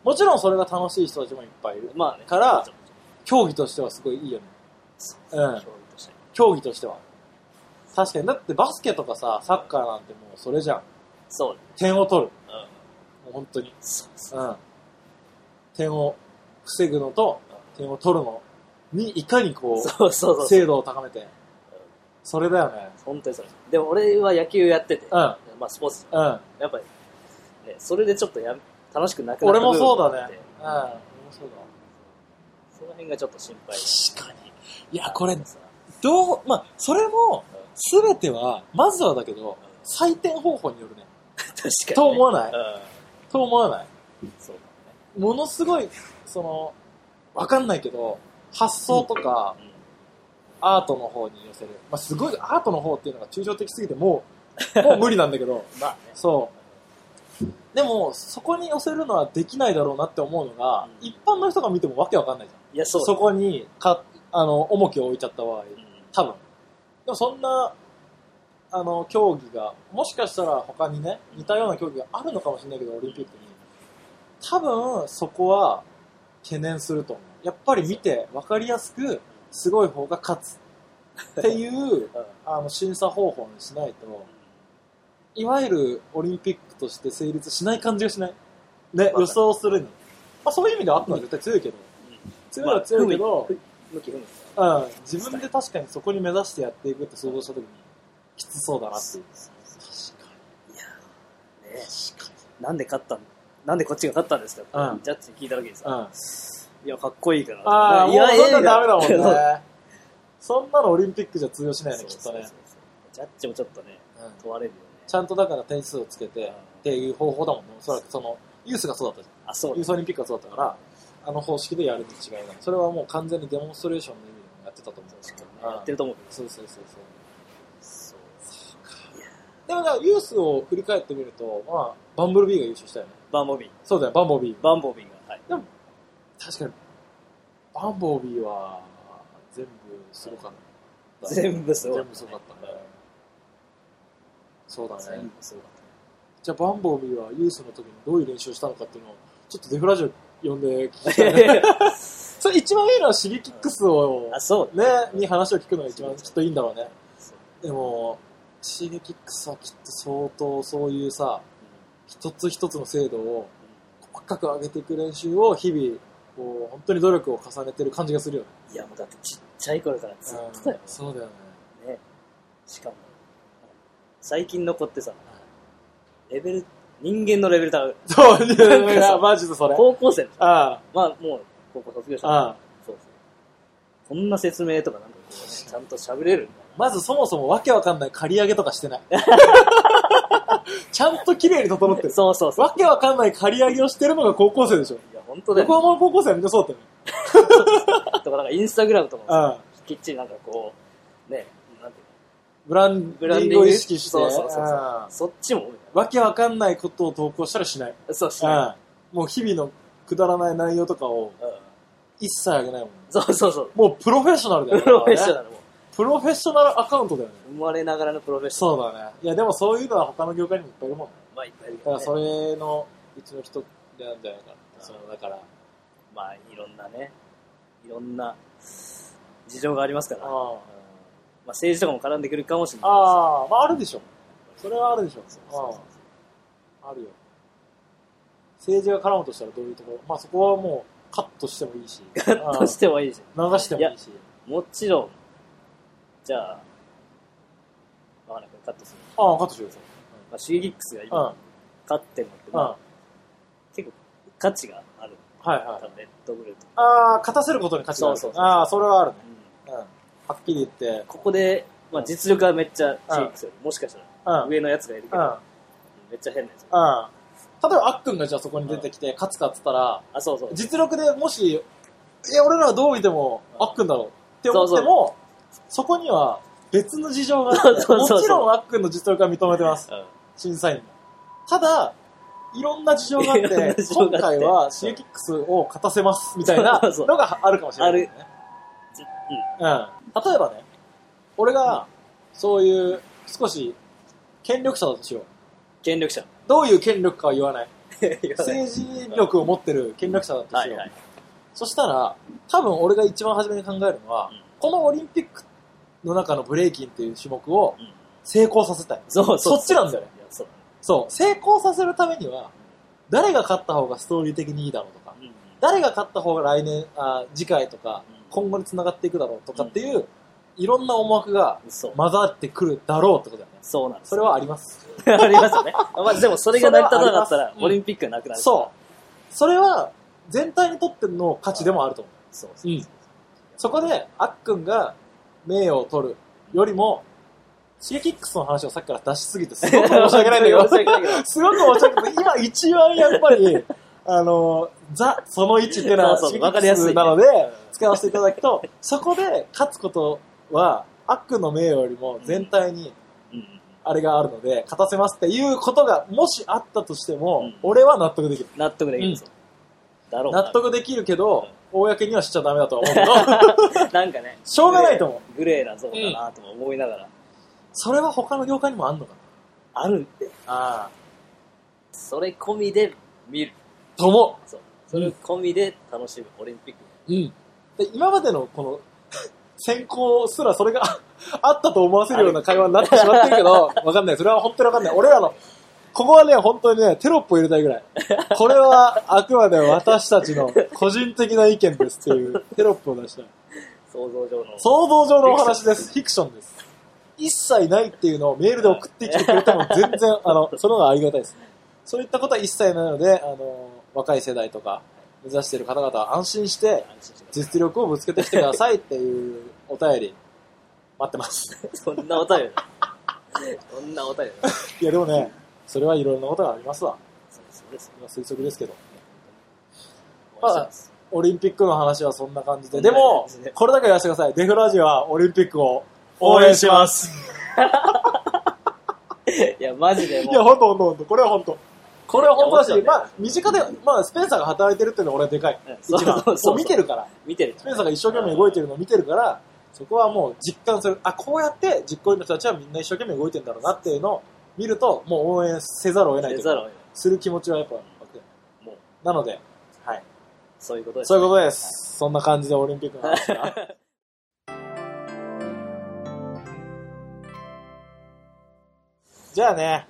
[SPEAKER 2] もちろんそれが楽しい人たちもいっぱいいる
[SPEAKER 1] うん。まあね。
[SPEAKER 2] から
[SPEAKER 1] ちょっと
[SPEAKER 2] 競技としてはすごいいいよね。
[SPEAKER 1] そう
[SPEAKER 2] うん
[SPEAKER 1] 競技として
[SPEAKER 2] 競技としては。確かに。だってバスケとかさ、サッカーなんてもうそれじゃん。
[SPEAKER 1] そうね。
[SPEAKER 2] 点を取る。
[SPEAKER 1] うん。
[SPEAKER 2] もう本当に。
[SPEAKER 1] そうそう
[SPEAKER 2] うん。点を防ぐのと、点を取るのに、いかにこう、
[SPEAKER 1] そうそうそう。
[SPEAKER 2] 精度を高めて。それだよね。
[SPEAKER 1] 本当にそれ。でも俺は野球やってて、
[SPEAKER 2] うん。
[SPEAKER 1] まあスポーツじ
[SPEAKER 2] うん。
[SPEAKER 1] ゃんやっぱり、ね、それでちょっとや楽しくなくなった
[SPEAKER 2] 俺もそうだ
[SPEAKER 1] 部
[SPEAKER 2] ね
[SPEAKER 1] 分。
[SPEAKER 2] うん。
[SPEAKER 1] があっ
[SPEAKER 2] 俺
[SPEAKER 1] て
[SPEAKER 2] もそう
[SPEAKER 1] その辺がちょっと心配。
[SPEAKER 2] だ。確かに。いや、これ、
[SPEAKER 1] さ
[SPEAKER 2] どう、まあ、それも、すべては、まずはだけど
[SPEAKER 1] うん、
[SPEAKER 2] 採点方法によるね。
[SPEAKER 1] 確かに、ね。
[SPEAKER 2] と思わない
[SPEAKER 1] うん。
[SPEAKER 2] と思わない
[SPEAKER 1] そうだね。
[SPEAKER 2] ものすごい、その、わかんないけど、発想とか、アートの方に寄せる。まあ、すごい、アートの方っていうのが抽象的すぎて、もう、もう無理なんだけど、
[SPEAKER 1] うんまあね。
[SPEAKER 2] そう。でも、そこに寄せるのはできないだろうなって思うのが、
[SPEAKER 1] うん
[SPEAKER 2] 一般の人が見てもわけわかんないじゃん。
[SPEAKER 1] いや、そうだ
[SPEAKER 2] そこに、か、あの、重きを置いちゃった場合、
[SPEAKER 1] うん
[SPEAKER 2] 多分。でもそんな、あの、競技が、もしかしたら他にね、似たような競技があるのかもしれないけど、オリンピックに。多分、そこは、懸念すると思う。やっぱり見て、わかりやすく、すごい方が勝つ。っていう、
[SPEAKER 1] うん
[SPEAKER 2] あの、審査方法にしないと、いわゆるオリンピックとして成立しない感じがしない。ね、
[SPEAKER 1] かる
[SPEAKER 2] 予想するに。まあそういう意味ではあったのは絶対強いけど。強いは強いけ
[SPEAKER 1] まあ
[SPEAKER 2] ど、
[SPEAKER 1] 向き不向き。
[SPEAKER 2] うん、自分で確かにそこに目指してやっていくって想像したときに、きつそうだなっていう。確か
[SPEAKER 1] いやーねなんで勝ったんなんでこっちが勝ったんですか、
[SPEAKER 2] うん
[SPEAKER 1] ジャッジに聞いた時にさ、
[SPEAKER 2] に。うん。
[SPEAKER 1] いや、かっこいいから。
[SPEAKER 2] ああ、
[SPEAKER 1] い
[SPEAKER 2] もう
[SPEAKER 1] や
[SPEAKER 2] そんなんダメだもん
[SPEAKER 1] いやいや
[SPEAKER 2] ね。そんなのオリンピックじゃ通用しないよね、きっ
[SPEAKER 1] そうそ
[SPEAKER 2] と
[SPEAKER 1] う
[SPEAKER 2] ね
[SPEAKER 1] そう。そうジャッジもちょっとね、
[SPEAKER 2] うん
[SPEAKER 1] 問われるよね。
[SPEAKER 2] ちゃんとだから点数をつけてっていう方法だもんね。おそらくその、ユースがそうだったじ
[SPEAKER 1] あ、そ
[SPEAKER 2] ゃ。
[SPEAKER 1] うん
[SPEAKER 2] ユースオリンピックがそうだったから、あの方式でやるに違いない。それはもう完全にデモンストレーションの意味でやってたと思うんですけど
[SPEAKER 1] やってると思うけど。
[SPEAKER 2] そうそうそうそう。
[SPEAKER 1] そう
[SPEAKER 2] でもだからユースを振り返ってみると、まあ、バンブルビーが優勝したよね。
[SPEAKER 1] バンボビー。
[SPEAKER 2] そうだよ、バンボビー。
[SPEAKER 1] バンボビーが、はい。
[SPEAKER 2] 確かに、バンボビーは、全部すごかった。
[SPEAKER 1] 全部すごい
[SPEAKER 2] 全部すごかったね。そうだ
[SPEAKER 1] 全
[SPEAKER 2] ね
[SPEAKER 1] 部。すごかった。
[SPEAKER 2] じゃあ、バンボビーはユースの時にどういう練習をしたのかっていうのを、ちょっとデフラジオ呼んで聞きたい ね。それ一番いいのはシゲキックスを、
[SPEAKER 1] あ、そう。
[SPEAKER 2] ね、に話を聞くのが一番きっといいんだろうね。
[SPEAKER 1] そう
[SPEAKER 2] でも、シゲキックスはきっと相当そういうさ、
[SPEAKER 1] う
[SPEAKER 2] 一つ一つの精度を
[SPEAKER 1] ん
[SPEAKER 2] 細かく上げていく練習を日々、こう、本当に努力を重ねてる感じがするよね。
[SPEAKER 1] いや、もうだってちっちゃい頃からずっとだよ
[SPEAKER 2] うん。そうだよね。
[SPEAKER 1] ね。しかも、最近の子ってさ、レベル、人間のレベル高い。
[SPEAKER 2] そう、いや
[SPEAKER 1] なんか
[SPEAKER 2] いや
[SPEAKER 1] さ
[SPEAKER 2] マジでそれ。
[SPEAKER 1] 高校生でしょ
[SPEAKER 2] あ
[SPEAKER 1] まあ、もう、高校卒業し
[SPEAKER 2] あ、
[SPEAKER 1] たから。
[SPEAKER 2] ああ。
[SPEAKER 1] そうそう。こんな説明とかなんかこうね、ちゃんと喋れるんだ
[SPEAKER 2] まずそもそもわけわかんない刈り上げとかしてない。ちゃんと綺麗に整ってる。
[SPEAKER 1] そうそうそう。
[SPEAKER 2] わけわかんない刈り上げをしてるのが高校生でしょ。
[SPEAKER 1] いや、本当だよ
[SPEAKER 2] 横
[SPEAKER 1] ね。
[SPEAKER 2] 浜の高校生はみんなそうだったよね。
[SPEAKER 1] とか、なんかインスタグラムとかもさ
[SPEAKER 2] ああ。
[SPEAKER 1] きっちりなんかこう、ね、なんていう
[SPEAKER 2] ブランデ
[SPEAKER 1] ブランディン
[SPEAKER 2] ィン
[SPEAKER 1] グ
[SPEAKER 2] グを意識して。
[SPEAKER 1] そうそうそうそう
[SPEAKER 2] あ
[SPEAKER 1] のそっちも多い
[SPEAKER 2] あわけわかんないことを投稿したらしない。
[SPEAKER 1] な。そうしない。
[SPEAKER 2] ああもう日々のくだらない内容とかを
[SPEAKER 1] うん
[SPEAKER 2] 一切あげないもん。
[SPEAKER 1] そうそうそう。
[SPEAKER 2] もうプロフェッショナルだよね。
[SPEAKER 1] プロフェッショナ
[SPEAKER 2] ル。
[SPEAKER 1] ルもう。
[SPEAKER 2] プロフェッショナルアカウントだよね。
[SPEAKER 1] 生まれながらのプロフェッショナル。
[SPEAKER 2] そうだね。いや、でもそういうのは他の業界にもいっぱいいるもんね。
[SPEAKER 1] まあ、いっぱいいる
[SPEAKER 2] だ
[SPEAKER 1] け
[SPEAKER 2] か
[SPEAKER 1] ど
[SPEAKER 2] ら
[SPEAKER 1] ね
[SPEAKER 2] それのうちの人なんじゃないかな。
[SPEAKER 1] うん
[SPEAKER 2] その、だから。
[SPEAKER 1] まあ、いろんなね、いろんな事情がありますから、ま
[SPEAKER 2] あ
[SPEAKER 1] あ、政治とかも絡んでくるかもしれ
[SPEAKER 2] あ、
[SPEAKER 1] な
[SPEAKER 2] ああまああるでしょ。
[SPEAKER 1] いです
[SPEAKER 2] それはあるでしょ。
[SPEAKER 1] そうそうそう
[SPEAKER 2] ああるよ。政治が絡むとしたらどういうところまあそこはもうカットしてもいいし。カ
[SPEAKER 1] そうとしてはいいし、
[SPEAKER 2] 流してもいいし。
[SPEAKER 1] もちろん、じゃあ、わかんない、これカットする。
[SPEAKER 2] ああ、カットしてください。
[SPEAKER 1] まあ、シーギックスが
[SPEAKER 2] うん。
[SPEAKER 1] 今、勝ってるのって、
[SPEAKER 2] うん。は
[SPEAKER 1] まあ、結構価値がある。
[SPEAKER 2] いは
[SPEAKER 1] 多
[SPEAKER 2] い。
[SPEAKER 1] 分レッドブルとか。
[SPEAKER 2] ああ、勝たせることに価値がある。
[SPEAKER 1] そうそうそう
[SPEAKER 2] ああ、それはあるね。
[SPEAKER 1] うん
[SPEAKER 2] うん。はっきり言って。
[SPEAKER 1] ここで、まあ、実力はめっちゃシーギックスより、もしかした
[SPEAKER 2] うん。
[SPEAKER 1] ら上のやつがいるけ
[SPEAKER 2] うん。
[SPEAKER 1] ど、めっちゃ変なやつ。
[SPEAKER 2] うん。例えば、あっくんがじゃあそこに出てきて、勝つかっつったら、
[SPEAKER 1] あ、そうそう。
[SPEAKER 2] 実力でもし、いや、俺らはどう見ても、
[SPEAKER 1] うん
[SPEAKER 2] あっくんだろうって思っても、そこには別の事情があっ
[SPEAKER 1] そうそ
[SPEAKER 2] て、
[SPEAKER 1] うそう
[SPEAKER 2] もちろんあっくんの実力は認めてます。
[SPEAKER 1] うん
[SPEAKER 2] 審査員も。ただ、いろんな事情があ っ
[SPEAKER 1] いろんな
[SPEAKER 2] て、
[SPEAKER 1] 事情
[SPEAKER 2] 今
[SPEAKER 1] があって
[SPEAKER 2] 回はシーキックスを勝たせます、みたいな
[SPEAKER 1] そうそう
[SPEAKER 2] のがあるかもしれない、ね。
[SPEAKER 1] ず
[SPEAKER 2] うん。例えばね、俺が、そういう、少し、権力者だとしよう。
[SPEAKER 1] 権力者。
[SPEAKER 2] どういう権力かは言わない。
[SPEAKER 1] 言 わない
[SPEAKER 2] 政治力を持ってる権力者だとしよう。
[SPEAKER 1] はいはい。
[SPEAKER 2] そしたら、多分俺が一番初めに考えるのは、
[SPEAKER 1] うん
[SPEAKER 2] このオリンピックの中のブレイキンっていう種目を
[SPEAKER 1] うん
[SPEAKER 2] 成功させたい。
[SPEAKER 1] そうそう
[SPEAKER 2] そっちなんだよね。
[SPEAKER 1] いやそう
[SPEAKER 2] そう、成功させるためには、誰が勝った方がストーリー的にいいだろうとか
[SPEAKER 1] だ、ね。
[SPEAKER 2] 誰が勝った方が来年、あ次回とか
[SPEAKER 1] うん、
[SPEAKER 2] 今後に繋がっていくだろうとかっていう、いろんな思惑が
[SPEAKER 1] うんそう。
[SPEAKER 2] 混ざってくるだろうってことだよね。
[SPEAKER 1] そうなんです
[SPEAKER 2] それはあります。
[SPEAKER 1] ありますよ ね。まあでもそれが成り立たなかった
[SPEAKER 2] それはあ
[SPEAKER 1] ら
[SPEAKER 2] り、ます
[SPEAKER 1] オリンピックがなくなる。
[SPEAKER 2] そう。それは、全体にとっての価値でもあると思う。
[SPEAKER 1] う。そうそう
[SPEAKER 2] うんそこで、あっくんが名誉を取るよりも、シゲキックスの話をさっきから出しすぎて、すごく申し訳ないんだ
[SPEAKER 1] 申し
[SPEAKER 2] け
[SPEAKER 1] 訳ないけど
[SPEAKER 2] ど、 すごく申し訳ない。今一番やっぱり、あの、ザ、その1っていうのは
[SPEAKER 1] そうそう
[SPEAKER 2] シゲキ
[SPEAKER 1] わかりや
[SPEAKER 2] ック
[SPEAKER 1] すいね
[SPEAKER 2] スなので、使わせていただくと、そこで勝つことは、あっくんの名誉よりも全体に
[SPEAKER 1] うんうん
[SPEAKER 2] あれがあるので、勝たせますっていうことが、もしあったとしても、
[SPEAKER 1] うん
[SPEAKER 2] 俺は納得できる。
[SPEAKER 1] 納得できるぞ。だろうな。
[SPEAKER 2] 納得できるけど、公にはしちゃダメだとは思うけど、
[SPEAKER 1] なんかね。
[SPEAKER 2] しょうがないと思う。
[SPEAKER 1] グレーなゾーンだなとも思いながら。
[SPEAKER 2] それは他の業界にもあんのかな
[SPEAKER 1] ある
[SPEAKER 2] ああ。
[SPEAKER 1] それ込みで見る。
[SPEAKER 2] と思
[SPEAKER 1] そう。それ込みで楽しむ。オリンピック。
[SPEAKER 2] う。うん。で今までのこの、 選考すらそれが あったと思わせるような会話になってしまってるけど、 わかんない。それは本当にわかんない。俺らの、ここはね、本当にね、テロップを入れたいぐらい。これはあくまで私たちの個人的な意見ですっていうテロップを出したい。
[SPEAKER 1] 想像上の。
[SPEAKER 2] 想像上のお話です。フィクションです。一切ないっていうのをメールで送ってきてくれても全然、あの、その方がありがたいです。そういったことは一切ないので、あの、若い世代とか目指している方々は安心して
[SPEAKER 1] 安心してください
[SPEAKER 2] 実力をぶつけてきてくださいっていうお便り待ってます。
[SPEAKER 1] そんなお便り だ。そんなお便りだ。
[SPEAKER 2] いや、でもね、それはいろんなことがありますわ。
[SPEAKER 1] そうです、そうです。
[SPEAKER 2] 今推測ですけど。
[SPEAKER 1] お願いします
[SPEAKER 2] オリンピックの話はそんな感じ
[SPEAKER 1] そ
[SPEAKER 2] で。
[SPEAKER 1] ん
[SPEAKER 2] で
[SPEAKER 1] な
[SPEAKER 2] も
[SPEAKER 1] 感じで、
[SPEAKER 2] これだけは言わせてください。デフラジはオリンピックを応援します。
[SPEAKER 1] いや、マジで
[SPEAKER 2] いや、
[SPEAKER 1] もう、
[SPEAKER 2] ほんとほんとほんと。これはほんと。これは本当
[SPEAKER 1] い
[SPEAKER 2] だ
[SPEAKER 1] や
[SPEAKER 2] し、
[SPEAKER 1] 面白
[SPEAKER 2] ま
[SPEAKER 1] い
[SPEAKER 2] あ、身近で、まあ、スペンサーが働いてるっていうのは俺はでかい。
[SPEAKER 1] うんそ
[SPEAKER 2] 一
[SPEAKER 1] うそう
[SPEAKER 2] 番。
[SPEAKER 1] そうそう
[SPEAKER 2] もう見てるから。
[SPEAKER 1] 見てる
[SPEAKER 2] ス。ペンサーが一生懸命動いてるのを見てるから、そこはもう実感する。あ、こうやって実行委員の人たちはみんな一生懸命動いてんだろうなっていうのを見ると、もう応援せざるを得ない
[SPEAKER 1] せ
[SPEAKER 2] という
[SPEAKER 1] ざる
[SPEAKER 2] か、
[SPEAKER 1] を得ない
[SPEAKER 2] する気持ちはやっぱ湧く、
[SPEAKER 1] もう、
[SPEAKER 2] なので、はい。
[SPEAKER 1] そういうことです
[SPEAKER 2] そ
[SPEAKER 1] ね。
[SPEAKER 2] ういうことです。そんな感じでオリンピックの話が。 じゃあね、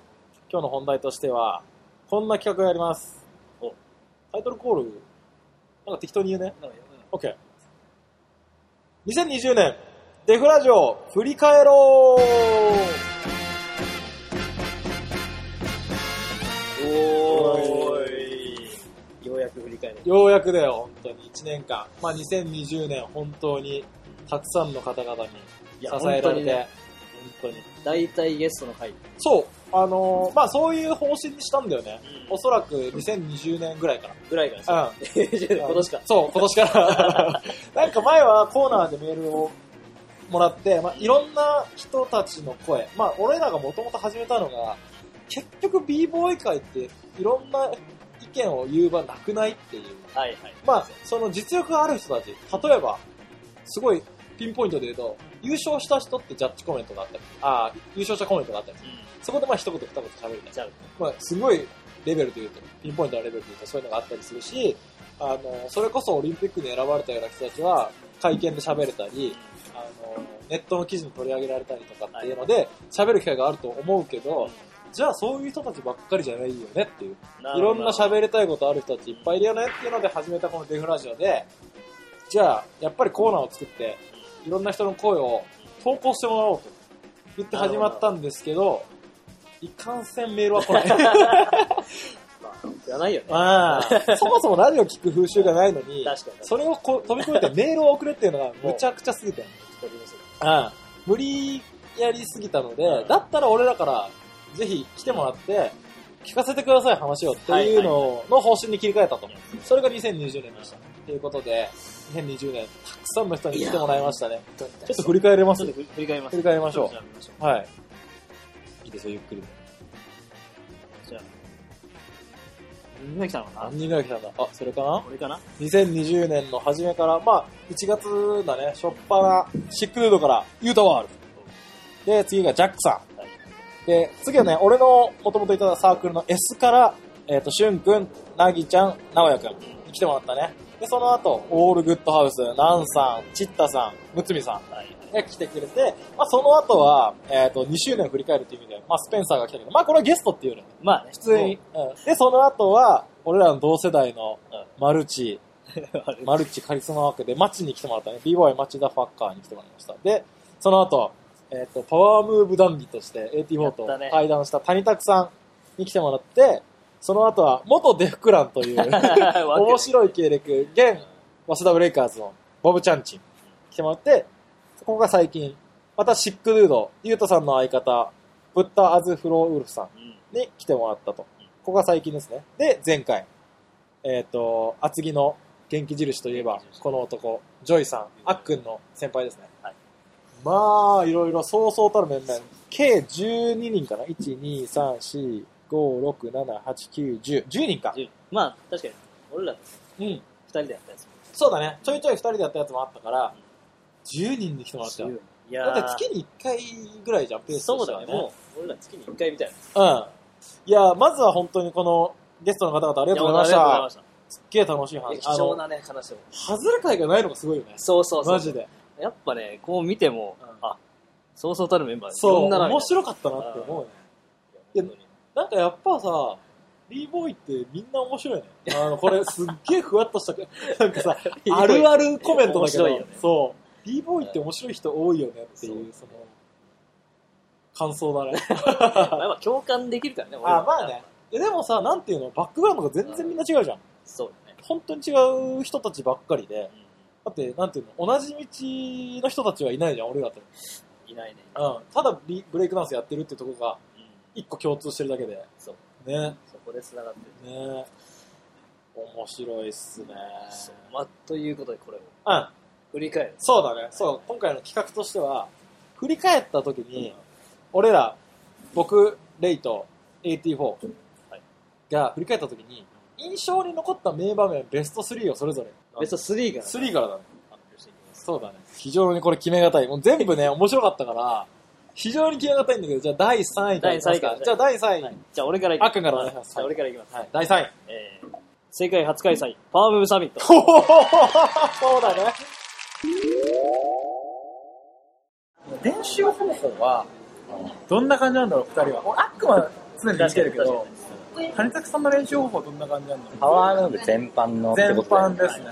[SPEAKER 2] 今日の本題としては、こんな企画やります。
[SPEAKER 1] お
[SPEAKER 2] タイトルコール、なんか適当に言うね。
[SPEAKER 1] はい。うん
[SPEAKER 2] OK。2020年、デフラジオ、振り返ろう
[SPEAKER 1] おーい。ようやく振り返る。
[SPEAKER 2] ようやくだよ、本当に。1年間。まあ2020年、本当に、たくさんの方々に
[SPEAKER 1] い
[SPEAKER 2] 支
[SPEAKER 1] や
[SPEAKER 2] えら
[SPEAKER 1] 本当
[SPEAKER 2] れ
[SPEAKER 1] に
[SPEAKER 2] て
[SPEAKER 1] ね。本当に。大体ゲストの回。
[SPEAKER 2] そう、あのーまあそういう方針にしたんだよね。おそらく2020年ぐらいか
[SPEAKER 1] ぐらいから
[SPEAKER 2] ら。
[SPEAKER 1] さ。
[SPEAKER 2] うん。
[SPEAKER 1] 今年か。
[SPEAKER 2] そう、今年 から。なんか前はコーナーでメールをもらって、まあ、いろんな人たちの声、まあ、俺らがもともと始めたのが、結局 b ボーイ界っていろんな意見を言う場なくないっていう。
[SPEAKER 1] はいはい。
[SPEAKER 2] まあ、その実力がある人たち、例えば、すごいピンポイントで言うと、優勝した人ってジャッジコメントがあったり、ああ、優勝者コメントがあったり、
[SPEAKER 1] うん。
[SPEAKER 2] そこでまあ一言二言喋るね。
[SPEAKER 1] ちゃう。
[SPEAKER 2] まあ、すごいレベルで言うと、ピンポイントなレベルで言うとそういうのがあったりするし、あの、それこそオリンピックに選ばれたような人たちは、会見で喋れたり、あの、ネットの記事に取り上げられたりとかっていうので、喋る機会があると思うけど、じゃあそういう人たちばっかりじゃないよねっていう、いろんな喋りたいことある人たちいっぱいいるよねっていうので始めたこのデフラジオで、じゃあ、やっぱりコーナーを作って、いろんな人の声を投稿してもらおうと言って始まったんですけど、いかんせんメールは来ない。
[SPEAKER 1] まあ、じゃないよね。
[SPEAKER 2] ああ、そもそもラジオ聞く風習がないのに、
[SPEAKER 1] 確かに。
[SPEAKER 2] それをこ飛び越えてメールを送れっていうのがむちゃくちゃすぎて、
[SPEAKER 1] 一人ですよ
[SPEAKER 2] ああ無理やりすぎたので、
[SPEAKER 1] うん
[SPEAKER 2] だったら俺らからぜひ来てもらって、聞かせてください話をっていうのをの方針に切り替えたと。それが2020年でした。ということで、2020年、たくさんの人に来てもらいましたね。
[SPEAKER 1] ちょっ
[SPEAKER 2] ちょっと振り返れま
[SPEAKER 1] ち
[SPEAKER 2] す
[SPEAKER 1] ょっと振り返ります。
[SPEAKER 2] 振り返りましょう
[SPEAKER 1] じゃあ見ましょ
[SPEAKER 2] はい。いいですよ、ゆっくりで。
[SPEAKER 1] う。じゃあ。みんな来たのか
[SPEAKER 2] 何人ぐらい来たんだあ、それかな
[SPEAKER 1] な俺かな
[SPEAKER 2] 2020年の初めから、まあ、1月だね、しょっぱな、シックルードから、ユータワール。で、次がジャックさ
[SPEAKER 1] はい
[SPEAKER 2] ん。で、次はね、俺の元々いたサークルの S から、えっ、と、しゅんくん、なぎちゃん、なおやくんに来てもらったね。で、その後、オールグッドハウス、なんさん、ちったさん、むつみさ
[SPEAKER 1] はい。
[SPEAKER 2] んが来てくれて、まあ、その後は、えっ、と、2周年を振り返るっていう意味で、まあ、スペンサーが来たけど、まあ、これはゲストっていうより
[SPEAKER 1] まあね。
[SPEAKER 2] 普通に。。うんで、その後は、俺らの同世代の
[SPEAKER 1] うん、
[SPEAKER 2] マルチ、
[SPEAKER 1] あれ
[SPEAKER 2] マルチカリスマ枠で、マッチに来てもらったね。b ボーイマッチザファッカーに来てもらいました。で、その後、えっ、と、パワームーブ談義として
[SPEAKER 1] や
[SPEAKER 2] AT4
[SPEAKER 1] っ
[SPEAKER 2] と
[SPEAKER 1] たね
[SPEAKER 2] 対談した谷拓さんに来てもらって、その後は、元デフクラン という面白い経歴、現、早稲田ブレイカーズのボブチャンチン来てもらって、そこが最近、またシックルード、ゆうとさんの相方、ブッダ・アズ・フロー・ウルフさん
[SPEAKER 1] うん。
[SPEAKER 2] に来てもらったと。ここが最近ですね。で、前回。えっ、と、厚木の元気印といえば
[SPEAKER 1] 元気、印
[SPEAKER 2] この男、ジョイさん、あっくんの先輩ですね。
[SPEAKER 1] はい
[SPEAKER 2] まあ、いろいろ、そうそうたる面々。計12人かな ?1、2、3、4、5、6、7、8、9、10。10人か。
[SPEAKER 1] じゅまあ、確かに、俺らと
[SPEAKER 2] うん。
[SPEAKER 1] 二人でやったやつも。
[SPEAKER 2] そうだね。ちょいちょい2人でやったやつもあったから、10人で来てもらったよ。
[SPEAKER 1] いや
[SPEAKER 2] だ
[SPEAKER 1] ー
[SPEAKER 2] って月に1回ぐらいじゃん、ペース
[SPEAKER 1] そ
[SPEAKER 2] と
[SPEAKER 1] う
[SPEAKER 2] しては
[SPEAKER 1] だね。もう、俺ら月に一回みたいな。
[SPEAKER 2] うん。いや、まずは本当にこの、ゲストの方々ありがとうございまし
[SPEAKER 1] やありがとうござい
[SPEAKER 2] た
[SPEAKER 1] ま。した。
[SPEAKER 2] すっげえ楽しい
[SPEAKER 1] いや
[SPEAKER 2] 話。
[SPEAKER 1] 貴重なね、話を。
[SPEAKER 2] あの、外れ会がないのがすごいよね。
[SPEAKER 1] そうそうそう。
[SPEAKER 2] マジで。
[SPEAKER 1] やっぱね、こう見ても、
[SPEAKER 2] うん
[SPEAKER 1] あ、そうそうたるメンバー
[SPEAKER 2] そう、
[SPEAKER 1] いろんな
[SPEAKER 2] 面白かったなって思うね。
[SPEAKER 1] いや
[SPEAKER 2] なんかやっぱさ、b ボーイってみんな面白いね。あの、これすっげえふわっとした、 なん かさ、あるあるコメントだけど、
[SPEAKER 1] 面白いよね
[SPEAKER 2] そう、b ボーイって面白い人多いよねっていう、その、感想だね。
[SPEAKER 1] まあやっぱ共感できるからね、俺ら
[SPEAKER 2] あ、まあね。いやでもさ、なんていうの、バックグラウンドが全然みんな違うじゃん。
[SPEAKER 1] そうだね。
[SPEAKER 2] 本当に違う人たちばっかりで
[SPEAKER 1] う、ん
[SPEAKER 2] だって、なんていうの、同じ道の人たちはいないじゃん、俺らと。
[SPEAKER 1] いないね。
[SPEAKER 2] うん、ただリブレイクダンスやってるってとこが
[SPEAKER 1] うん、
[SPEAKER 2] 一個共通してるだけで
[SPEAKER 1] そう。
[SPEAKER 2] ね
[SPEAKER 1] そこで繋がってる。
[SPEAKER 2] ね面白いっすね
[SPEAKER 1] そうまあ、ということでこれを
[SPEAKER 2] うん
[SPEAKER 1] 振り返る。
[SPEAKER 2] そうだねそう今回の企画としては振り返った時に俺ら僕レイと AT4
[SPEAKER 1] はい
[SPEAKER 2] が振り返った時に印象に残った名場面ベスト3をそれぞれ
[SPEAKER 1] ベスト3が
[SPEAKER 2] 3からだね
[SPEAKER 1] 発表していきます。
[SPEAKER 2] そうだね非常にこれ決めがたいもう全部ね面白かったから非常に決めがたいんだけどじゃあ第3位からいきま
[SPEAKER 1] 第三位
[SPEAKER 2] す
[SPEAKER 1] か
[SPEAKER 2] からじゃあ第3位、
[SPEAKER 1] じゃあ俺からいき
[SPEAKER 2] あっくんからお願いします
[SPEAKER 1] じゃあ俺からいきます。
[SPEAKER 2] はい、第3位
[SPEAKER 1] えー、世界初開催、パワームーブサミット。
[SPEAKER 2] おおそうだね。
[SPEAKER 3] 練習方法は、どんな感じなんだろう、二人は。俺、あっくんは常に見てるけど、谷崎さんの練習方法どんな感じなんだろ
[SPEAKER 4] パワームーブ全般の
[SPEAKER 3] う。
[SPEAKER 4] って
[SPEAKER 3] 全
[SPEAKER 4] こと
[SPEAKER 3] 般ですね。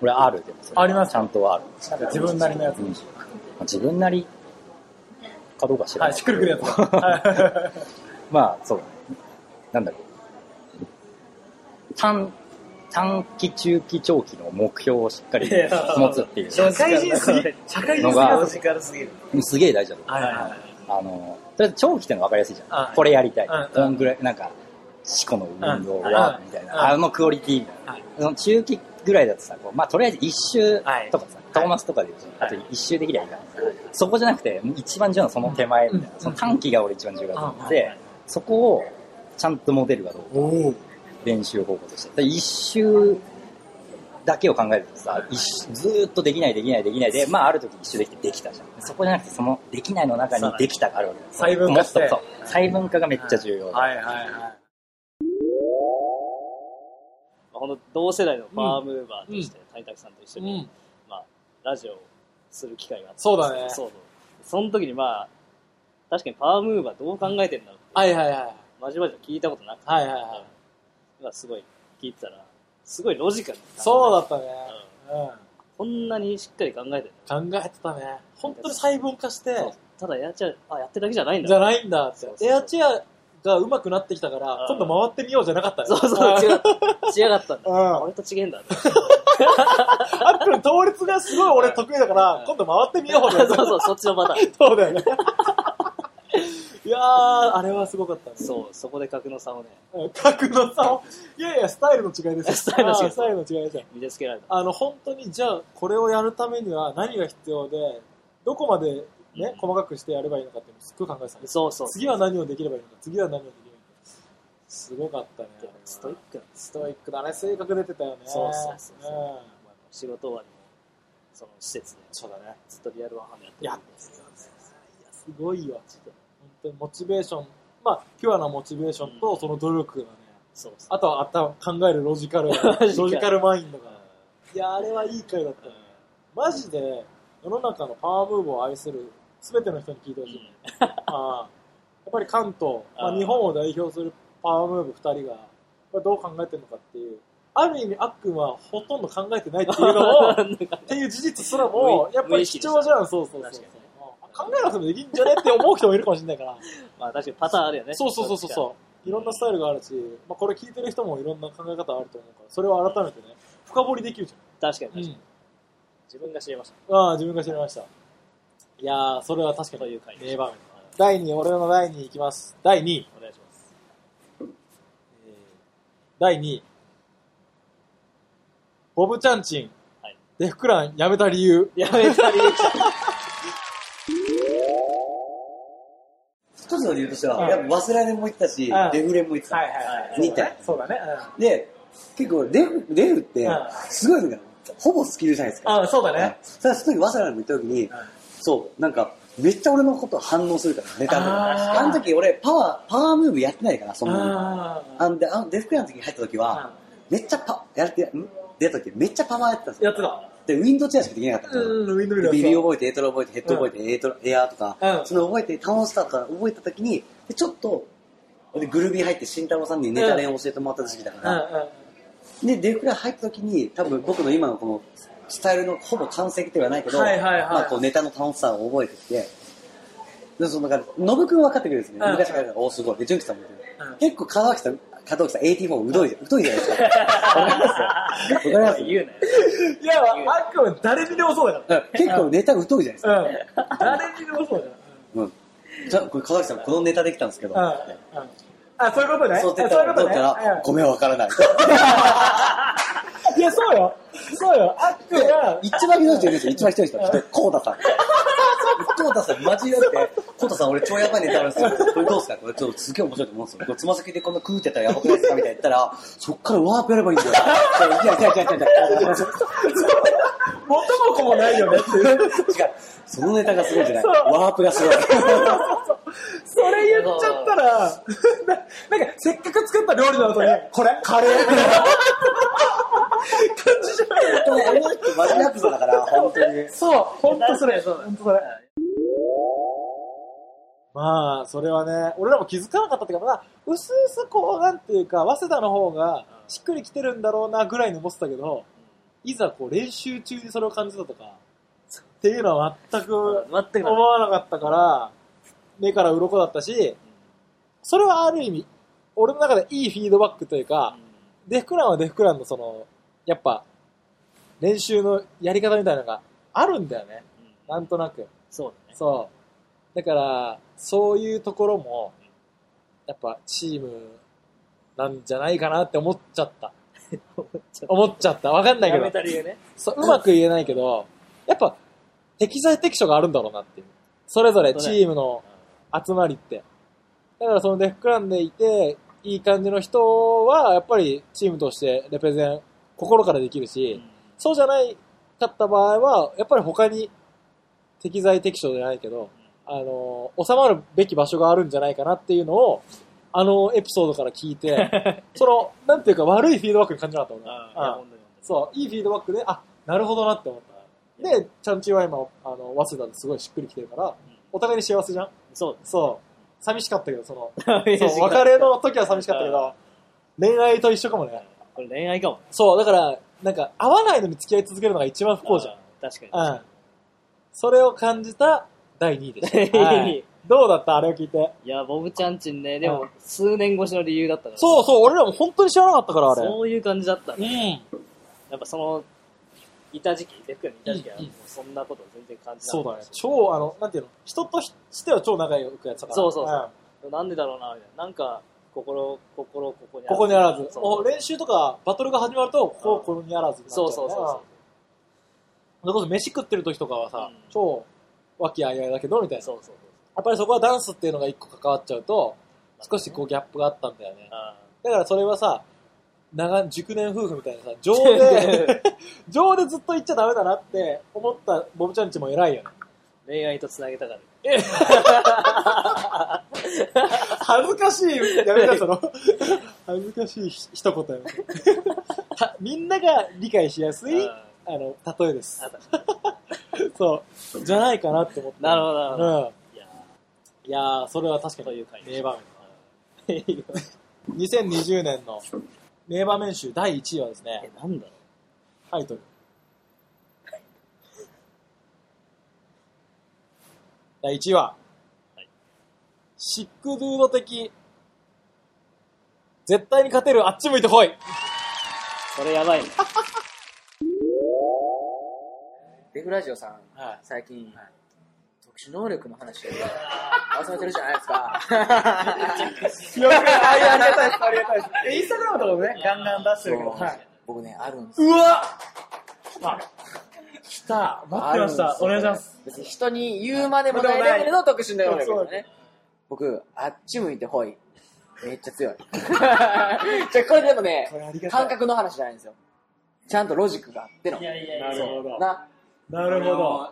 [SPEAKER 4] これあるでもそれ
[SPEAKER 3] あります
[SPEAKER 4] ちゃんとある、
[SPEAKER 3] なんか自分なりのやつ。
[SPEAKER 4] うんまあ自分なりかどうか知ら
[SPEAKER 3] は、
[SPEAKER 4] ないい、
[SPEAKER 3] しっくりくるやつ。は
[SPEAKER 4] まあそうだねなんだろう短短期中期長期の目標をしっかり
[SPEAKER 1] いや
[SPEAKER 4] 持つっていう
[SPEAKER 3] い社会人すぎ、社会人
[SPEAKER 4] の
[SPEAKER 3] すぎや
[SPEAKER 4] が
[SPEAKER 3] つ。
[SPEAKER 1] 軽すぎる。
[SPEAKER 4] すげえ大事だと思
[SPEAKER 3] はいはいはい。
[SPEAKER 4] うあのとりあえず長期っていうのが分かりやすいじゃん、
[SPEAKER 3] はい
[SPEAKER 4] これやりたい、
[SPEAKER 3] うん
[SPEAKER 4] こんぐらいなんか四股の運動
[SPEAKER 3] う
[SPEAKER 4] は
[SPEAKER 3] ん
[SPEAKER 4] みたいな、
[SPEAKER 3] うん
[SPEAKER 4] あのクオリティみたいな、
[SPEAKER 3] はい
[SPEAKER 4] その中期ぐらいだとさこうまあとりあえず一周とかさ、トーマスとかで言うじゃん
[SPEAKER 3] はい
[SPEAKER 4] あと一周できりゃいいからそこじゃなくて、もう一番重要なのはその手前みたいな、
[SPEAKER 3] うん
[SPEAKER 4] その短期が俺一番重要だと思っ
[SPEAKER 3] うん
[SPEAKER 4] て、そこをちゃんとモデルがどうか、
[SPEAKER 3] おお。
[SPEAKER 4] 練習方法として。だから一周だけを考えるとさ、一周ずーっとできないできないできないで、まあある時一周できてできたじゃん。そこじゃなくて、そのできないの中にできたがあるわけだ
[SPEAKER 3] 細分化して
[SPEAKER 4] もっとそう細分化がめっちゃ重要だ。
[SPEAKER 3] はいはいはい。
[SPEAKER 1] まあ、ほんと同世代のパワームーバーとして、谷拓さんと一緒
[SPEAKER 2] う
[SPEAKER 1] に、
[SPEAKER 2] ん。
[SPEAKER 1] まあ、ラジオをする機会があって。
[SPEAKER 2] そうだ
[SPEAKER 1] そう
[SPEAKER 2] ね
[SPEAKER 1] そう。その時にまあ、確かにパワームーバーどう考えてんだろうって、
[SPEAKER 2] はいはいはい。
[SPEAKER 1] まじまじ聞いたことなくて、
[SPEAKER 2] はいはいはい。
[SPEAKER 1] まあ、すごい聞いてたら、すごいロジカルな
[SPEAKER 2] そうだったね。
[SPEAKER 1] こんなにしっかり考えてるんだ
[SPEAKER 2] うん。考えてたね。本当に細分化して、
[SPEAKER 1] ただやっちゃう、あ、やってるだけじゃないんだ。
[SPEAKER 2] じゃないんだって
[SPEAKER 1] そう。そう
[SPEAKER 2] エアチェアが上手くなってきたから、
[SPEAKER 1] うん
[SPEAKER 2] 今度回ってみようじゃなかったね
[SPEAKER 1] そうそう、違う。違かったんだ。
[SPEAKER 2] うん
[SPEAKER 1] 俺と違えんだ。
[SPEAKER 2] アップル倒立がすごい俺得意だから、今度回ってみようじゃ
[SPEAKER 1] そ
[SPEAKER 2] な
[SPEAKER 1] うそう、そっちのパターン。
[SPEAKER 2] そうだよね。いやー、あれはすごかったね。
[SPEAKER 1] そう、そこで格の差をね、
[SPEAKER 2] うん。角の差を、いやいや、スタイルの違いですよ。
[SPEAKER 1] スタイルの違い
[SPEAKER 2] あースタイルの違いですよ。
[SPEAKER 1] 見せつけられた。
[SPEAKER 2] あの、本当に、じゃあ、これをやるためには何が必要で、どこまでね、細かくしてやればいいのかっていうのをすっごい考えてたんです。
[SPEAKER 1] そうそう。
[SPEAKER 2] 次は何をできればいいのか、次は何をできればいいのか。すごかったね。
[SPEAKER 1] ストイックな
[SPEAKER 2] ストイックだね。性格出てたよね。
[SPEAKER 1] そうそうそうそうん仕事終わりの、その施設で、
[SPEAKER 2] そうだね。
[SPEAKER 1] ずっとリアルワンハンやってる。
[SPEAKER 2] やってすごいわ。本当にモチベーション。まあ、ピュアなモチベーションと、その努力がね。
[SPEAKER 1] そうそう。
[SPEAKER 2] あとはあった考える ロジカル、
[SPEAKER 1] ジカル
[SPEAKER 2] ロジカルマインドが。いや、あれはいい回だったね。マジで、世の中のパワームーブを愛する全ての人に聞いてほしい。ああやっぱり関東、
[SPEAKER 1] あ
[SPEAKER 2] まあ、
[SPEAKER 1] あ
[SPEAKER 2] 日本を代表するパワームーブ2人が、これどう考えてるのかっていう。ある意味、あっくんはほとんど考えてないっていうのを、っ
[SPEAKER 1] うん
[SPEAKER 2] ていう事実すらも、
[SPEAKER 1] 無
[SPEAKER 2] やっぱ
[SPEAKER 1] 無意
[SPEAKER 2] り
[SPEAKER 1] 識
[SPEAKER 2] 貴
[SPEAKER 1] でした
[SPEAKER 2] 重じゃん、そうそうそう
[SPEAKER 1] 確かにね
[SPEAKER 2] あ考えなくてもできんじゃねって思う人もいるかもしれないから。
[SPEAKER 1] まあ確かにパターンあるよね。
[SPEAKER 2] そうそうそうそうそう。いろんなスタイルがあるし、まあ、これ聞いてる人もいろんな考え方あると思うから、それを改めてね、深掘りできるじ
[SPEAKER 1] 確かに
[SPEAKER 2] ゃん。
[SPEAKER 1] 確かに。自分が知りまし
[SPEAKER 2] ああ、自分が知りました。いやー、それは確
[SPEAKER 1] た。
[SPEAKER 2] か
[SPEAKER 1] と
[SPEAKER 2] に
[SPEAKER 1] いう回で
[SPEAKER 2] 名
[SPEAKER 1] した。
[SPEAKER 2] 場面。第2位、俺の第2位いきます。第2位。
[SPEAKER 1] お願いします。
[SPEAKER 2] えー第2位。ボブチャンチン、
[SPEAKER 1] はい
[SPEAKER 2] デフクランやめた理由。
[SPEAKER 1] やめたり、
[SPEAKER 5] 一つの理由としては、
[SPEAKER 3] うん
[SPEAKER 5] やっぱ忘れられも言ったし、
[SPEAKER 3] うん
[SPEAKER 5] デフレも言ってた。
[SPEAKER 3] はいはい はい。
[SPEAKER 5] 見て
[SPEAKER 3] そうだね。そうだね
[SPEAKER 5] で、結構デフ、デフって
[SPEAKER 3] うん、
[SPEAKER 5] すごい時ほぼスキルじゃないです
[SPEAKER 3] うん。
[SPEAKER 5] か。
[SPEAKER 3] あそうだ
[SPEAKER 5] うん
[SPEAKER 3] ね。
[SPEAKER 5] それはその時、忘れられも言った時に、そう、なんか、めっちゃ俺のこと反応するから、ネタで。
[SPEAKER 3] あー
[SPEAKER 5] あの時俺、パワー、パワームーブやってないから、そんなに。
[SPEAKER 3] あ
[SPEAKER 5] あんで、あのデフクラの時に入った時は、
[SPEAKER 3] あ。
[SPEAKER 5] めっちゃパ、やって、ん出た時、めっちゃパワーやってたんです
[SPEAKER 3] や
[SPEAKER 5] よ。
[SPEAKER 3] ってた。
[SPEAKER 5] で、ウィンドウチェアしかできなかったから。
[SPEAKER 3] うん、ウィンドミル
[SPEAKER 5] で
[SPEAKER 3] やって
[SPEAKER 5] ビ
[SPEAKER 3] た
[SPEAKER 5] ビ覚えて、エトロ覚えて、ヘッド覚えて、エトロエアーとか、
[SPEAKER 3] うん
[SPEAKER 5] その覚えて、楽しかったから覚えた時に、でちょっと、でグルービー入って、慎太郎さんにネタ練を教えてもらった時期だか
[SPEAKER 3] うんう
[SPEAKER 5] ら、で、デフクラ入った時に、多分僕の今のこの、スタイルのほぼ完成形ではないけど、
[SPEAKER 3] はいはいはい
[SPEAKER 5] まあこうネタの楽しさを覚えてきて、で、その中で、ノブくん分かってくれるんですね。
[SPEAKER 3] うん
[SPEAKER 5] 昔から、おーすごい。で、純喜さんも言ってる
[SPEAKER 3] うん
[SPEAKER 5] 結構、川脇さん、加藤木さん、AT4 疎いじゃ、疎いじゃない ですか。わかりますよ。わかり
[SPEAKER 1] 言うなよ。
[SPEAKER 3] いや、あくまで誰にでもそうだか
[SPEAKER 5] ますうん結構ネタ疎いじゃないですか。
[SPEAKER 3] ら。うん。誰にでもそうだか
[SPEAKER 5] うん。じゃあ、これ、加藤木さん、このネタできたんですけど。
[SPEAKER 3] ら。
[SPEAKER 5] って
[SPEAKER 3] うん。うんあ、そういうことね。あそ
[SPEAKER 5] そ
[SPEAKER 3] うう
[SPEAKER 5] 言
[SPEAKER 3] いう
[SPEAKER 5] ってたら、
[SPEAKER 3] こと
[SPEAKER 5] どっ
[SPEAKER 3] ね
[SPEAKER 5] か。ら、ごめん、わからない。
[SPEAKER 3] うんいや、そうよ。そうよ。あっくんは、
[SPEAKER 5] 一番ひどい人いるでしょ、一番ひどい人。人、コータさん。コータさん、マジだって、コータさん、俺超やばいネタあるんですよ。これどうすかこれ、ちょっとすげえ面白いと思うんですよ。これつま先でこんな食うてたらやばくないですかみたいな言ったら、そっからワープやればいいんだよ。いや、いやいやいやいやいや。違う。
[SPEAKER 3] 元も子もないよねっていう。
[SPEAKER 5] そのネタがすごいじゃない。
[SPEAKER 3] そう
[SPEAKER 5] ワープがすごい。
[SPEAKER 3] それ言っちゃったら、 ななんか、せっかく作った料理の後に、これカレーみたいな感じじゃない
[SPEAKER 5] でもあの人マジヤクザだから、本当に。
[SPEAKER 3] そう、ほんとそれ、
[SPEAKER 1] そうだ
[SPEAKER 3] ほんとそれ。
[SPEAKER 2] まあ、それはね、俺らも気づかなかったっていうか、まだ、うすうすこう、なんていうか、早稲田の方がしっくりきてるんだろうなぐらいに思ってたけど、いざこう練習中にそれを感じたとか、っていうのは全く
[SPEAKER 1] 待ってくだ
[SPEAKER 2] 思
[SPEAKER 1] さい。
[SPEAKER 2] わなかったから、目から鱗だったし、それはある意味、俺の中でいいフィードバックというか、デフクランはデフクランのその、やっぱ、練習のやり方みたいなのがあるんだよね。
[SPEAKER 1] うん
[SPEAKER 2] なんとなく。
[SPEAKER 1] そうだね。
[SPEAKER 2] そう。だから、そういうところも、やっぱチームなんじゃないかなって思っちゃった。 思っちゃった。わかんないけ
[SPEAKER 1] やめ
[SPEAKER 2] ど。
[SPEAKER 1] た理由ね。
[SPEAKER 2] そううまく言えないけど、やっぱ、適材適所があるんだろうなっていう。それぞれチームの集まりって。だからそのデフクランでいて、いい感じの人は、やっぱりチームとしてレプレゼン、心からできるし、そうじゃないかった場合は、やっぱり他に適材適所じゃないけど、あの、収まるべき場所があるんじゃないかなっていうのを、あのエピソードから聞いて、その、なんていうか悪いフィードバックに感じなかったもん
[SPEAKER 1] あ
[SPEAKER 2] な
[SPEAKER 1] あ、いや、
[SPEAKER 2] うん
[SPEAKER 1] 本当に
[SPEAKER 2] そう、いいフィードバックで、あ、なるほどなって思った。で、ちゃんちは今、あの、早稲田ですごいしっくりきてるから、お互いに幸せじゃん
[SPEAKER 1] そう
[SPEAKER 2] そう。寂しかったけど、そ の、
[SPEAKER 1] だね。
[SPEAKER 2] そう、別れの時は寂しかったけど、恋愛と一緒かもね。
[SPEAKER 1] これ恋愛かも。
[SPEAKER 2] そう、だから、なんか、合わないのに付き合い続けるのが一番不幸じゃん
[SPEAKER 1] あ。あ。確か
[SPEAKER 2] うん。それを感じた第2位でし
[SPEAKER 1] 第二
[SPEAKER 2] た。
[SPEAKER 1] 位
[SPEAKER 2] はいどうだったあれを聞いて。
[SPEAKER 1] に。いや、ボブちゃんちんね、で
[SPEAKER 2] う
[SPEAKER 1] も、数年越しの理由だったから。
[SPEAKER 2] そうそう、俺らも本当に知らなかったから、あれ。
[SPEAKER 1] そういう感じだった
[SPEAKER 2] う
[SPEAKER 1] ね。
[SPEAKER 2] ん。
[SPEAKER 1] やっぱその、いた時期、デフクにいた時期は、もうそんなこと全然感じな
[SPEAKER 2] そ
[SPEAKER 1] いう
[SPEAKER 2] だね。超、あの、なんていうの、人としては超仲良くやってたから。
[SPEAKER 1] そうそうそうんなんでだろうな、みたいな。なんか、心、心、ここにあ
[SPEAKER 2] ここにあらず。
[SPEAKER 1] そう
[SPEAKER 2] お練習とかバトルが始まると、ここ、ここにあらずになっちゃ
[SPEAKER 1] そう
[SPEAKER 2] ね
[SPEAKER 1] そうそうそう。
[SPEAKER 2] それこそ飯食ってる時とかはさ、
[SPEAKER 1] うん
[SPEAKER 2] 超和気あいあいだけど、みたいな。や
[SPEAKER 1] そうそうそう。
[SPEAKER 2] っぱりそこはダンスっていうのが一個関わっちゃうと、少しこうギャップがあったんだよね。
[SPEAKER 1] あ
[SPEAKER 2] だからそれはさ、長、熟年夫婦みたい なさ、情で、情でずっと言っちゃダメだなって思ったボブちゃんちも偉いよね。
[SPEAKER 1] ー 恋愛とつなげたから。
[SPEAKER 2] 恥ずかしい、やめなその。 恥ずかしいひ一言やめて たみんなが理解しやすい、あ
[SPEAKER 1] あ
[SPEAKER 2] の、例えです
[SPEAKER 1] あ。
[SPEAKER 2] そう。じゃないかなって思った。
[SPEAKER 1] なるほど、なるほど。
[SPEAKER 2] うん。
[SPEAKER 1] いや
[SPEAKER 2] いやー、それは確かに名場面。2020年の名場面集第1位はです
[SPEAKER 1] ー、え
[SPEAKER 2] ね、、
[SPEAKER 1] なんだろ
[SPEAKER 2] タイトル。第1位は、
[SPEAKER 1] はい
[SPEAKER 2] シックドゥード的、絶対に勝てるあっち向いてこい。
[SPEAKER 1] う。それやばいね。
[SPEAKER 6] デフラジオさん、
[SPEAKER 2] はい
[SPEAKER 6] 最近、特殊能力の話を集めてるじゃないですか。
[SPEAKER 3] よく、ありがたいです、ありがたいです。インスタグラムとかもね、ガンガン出してるけど。
[SPEAKER 6] そう
[SPEAKER 3] はい
[SPEAKER 6] 僕ね、あるんですよ。
[SPEAKER 3] うわあ来た待ってまし
[SPEAKER 6] あるんで
[SPEAKER 3] た。
[SPEAKER 6] す
[SPEAKER 3] お願い
[SPEAKER 6] よ
[SPEAKER 3] します。。
[SPEAKER 6] 別に人に言うまでもないレベルの特殊能力です
[SPEAKER 3] そう
[SPEAKER 6] よ
[SPEAKER 3] で
[SPEAKER 6] ね。僕、あっち向いてほい。めっちゃ 強い。じゃこれでもね
[SPEAKER 3] これありが、たい
[SPEAKER 6] 感覚の話じゃないんですよ。ちゃんとロジックがあっての。
[SPEAKER 3] なるほど。
[SPEAKER 6] な、
[SPEAKER 3] なるほど。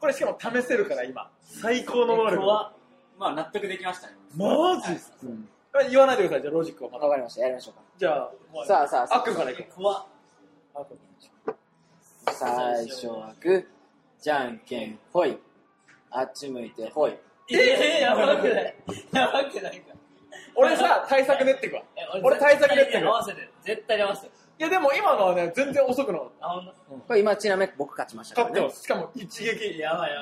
[SPEAKER 3] これしかも試せるから、今。最高の能力。
[SPEAKER 7] まあ納得できましたね。
[SPEAKER 3] マジっす
[SPEAKER 6] うん
[SPEAKER 3] 言わないでください、じゃあロジックをまた。
[SPEAKER 6] わかりました。やりましょうか。
[SPEAKER 3] じゃあ、
[SPEAKER 6] さあさあさ
[SPEAKER 3] あ
[SPEAKER 6] あ
[SPEAKER 3] っくんからいこう。
[SPEAKER 6] 最初はグー、じゃんけんほい。あっち向いてほい。
[SPEAKER 7] ええやばくない。やばくないか。
[SPEAKER 3] 俺さ、対策練ってくわ。俺対策練ってく
[SPEAKER 7] 合
[SPEAKER 3] わ。
[SPEAKER 7] わせて。絶対に合わせて。
[SPEAKER 3] いやでも今のはね、全然遅くなかっ
[SPEAKER 7] あ、ほんと
[SPEAKER 6] これ今ちなみに僕勝ちました
[SPEAKER 3] た。
[SPEAKER 6] から
[SPEAKER 3] 勝ってま
[SPEAKER 6] ね。
[SPEAKER 3] す。しかも一撃。
[SPEAKER 7] やばいや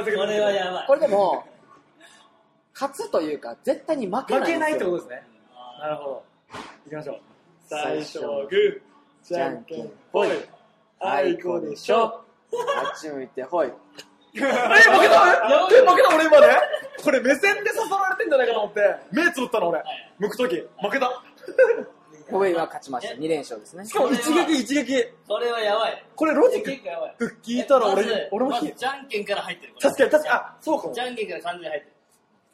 [SPEAKER 7] ばい。
[SPEAKER 3] 風
[SPEAKER 7] え
[SPEAKER 3] が
[SPEAKER 7] こ
[SPEAKER 3] 出てる
[SPEAKER 7] れはやばい
[SPEAKER 6] こ。れでも、勝つというか、絶対に負け
[SPEAKER 3] 負
[SPEAKER 6] ない。
[SPEAKER 3] けないってこととですね。なるほど。
[SPEAKER 2] きましょう。
[SPEAKER 6] 最
[SPEAKER 2] 最
[SPEAKER 6] 初
[SPEAKER 2] 初
[SPEAKER 6] は
[SPEAKER 2] は
[SPEAKER 6] グ
[SPEAKER 2] グー、
[SPEAKER 6] じ
[SPEAKER 2] じ
[SPEAKER 6] ゃ
[SPEAKER 2] ゃ
[SPEAKER 6] ん
[SPEAKER 2] ん
[SPEAKER 6] け
[SPEAKER 2] け
[SPEAKER 6] ん
[SPEAKER 2] ん
[SPEAKER 6] ぽ
[SPEAKER 2] ぽ
[SPEAKER 6] い
[SPEAKER 2] い、
[SPEAKER 6] あ
[SPEAKER 2] あ
[SPEAKER 6] い
[SPEAKER 2] い
[SPEAKER 6] こ
[SPEAKER 2] こ
[SPEAKER 6] で
[SPEAKER 2] で
[SPEAKER 6] し
[SPEAKER 2] し
[SPEAKER 6] ょ
[SPEAKER 2] ょ。
[SPEAKER 6] あっち向いてほい。
[SPEAKER 2] え、負けた俺今ねこれ目線で誘られてんじゃないかと思って、目つぶったの俺。向くとき、負け た。
[SPEAKER 6] ほいは勝ちました。2連勝ですね。
[SPEAKER 2] しかも一撃一撃。
[SPEAKER 7] それはやばい。
[SPEAKER 2] これロジッ
[SPEAKER 7] 結構やばい。
[SPEAKER 2] ク聞いたら俺に
[SPEAKER 7] まず、
[SPEAKER 2] 俺も
[SPEAKER 7] まず
[SPEAKER 2] 聞い
[SPEAKER 7] じゃんけんから入ってる。これ
[SPEAKER 2] 確かに確かに、あ、そうかも
[SPEAKER 7] じ。ゃんけんから完全に入ってる。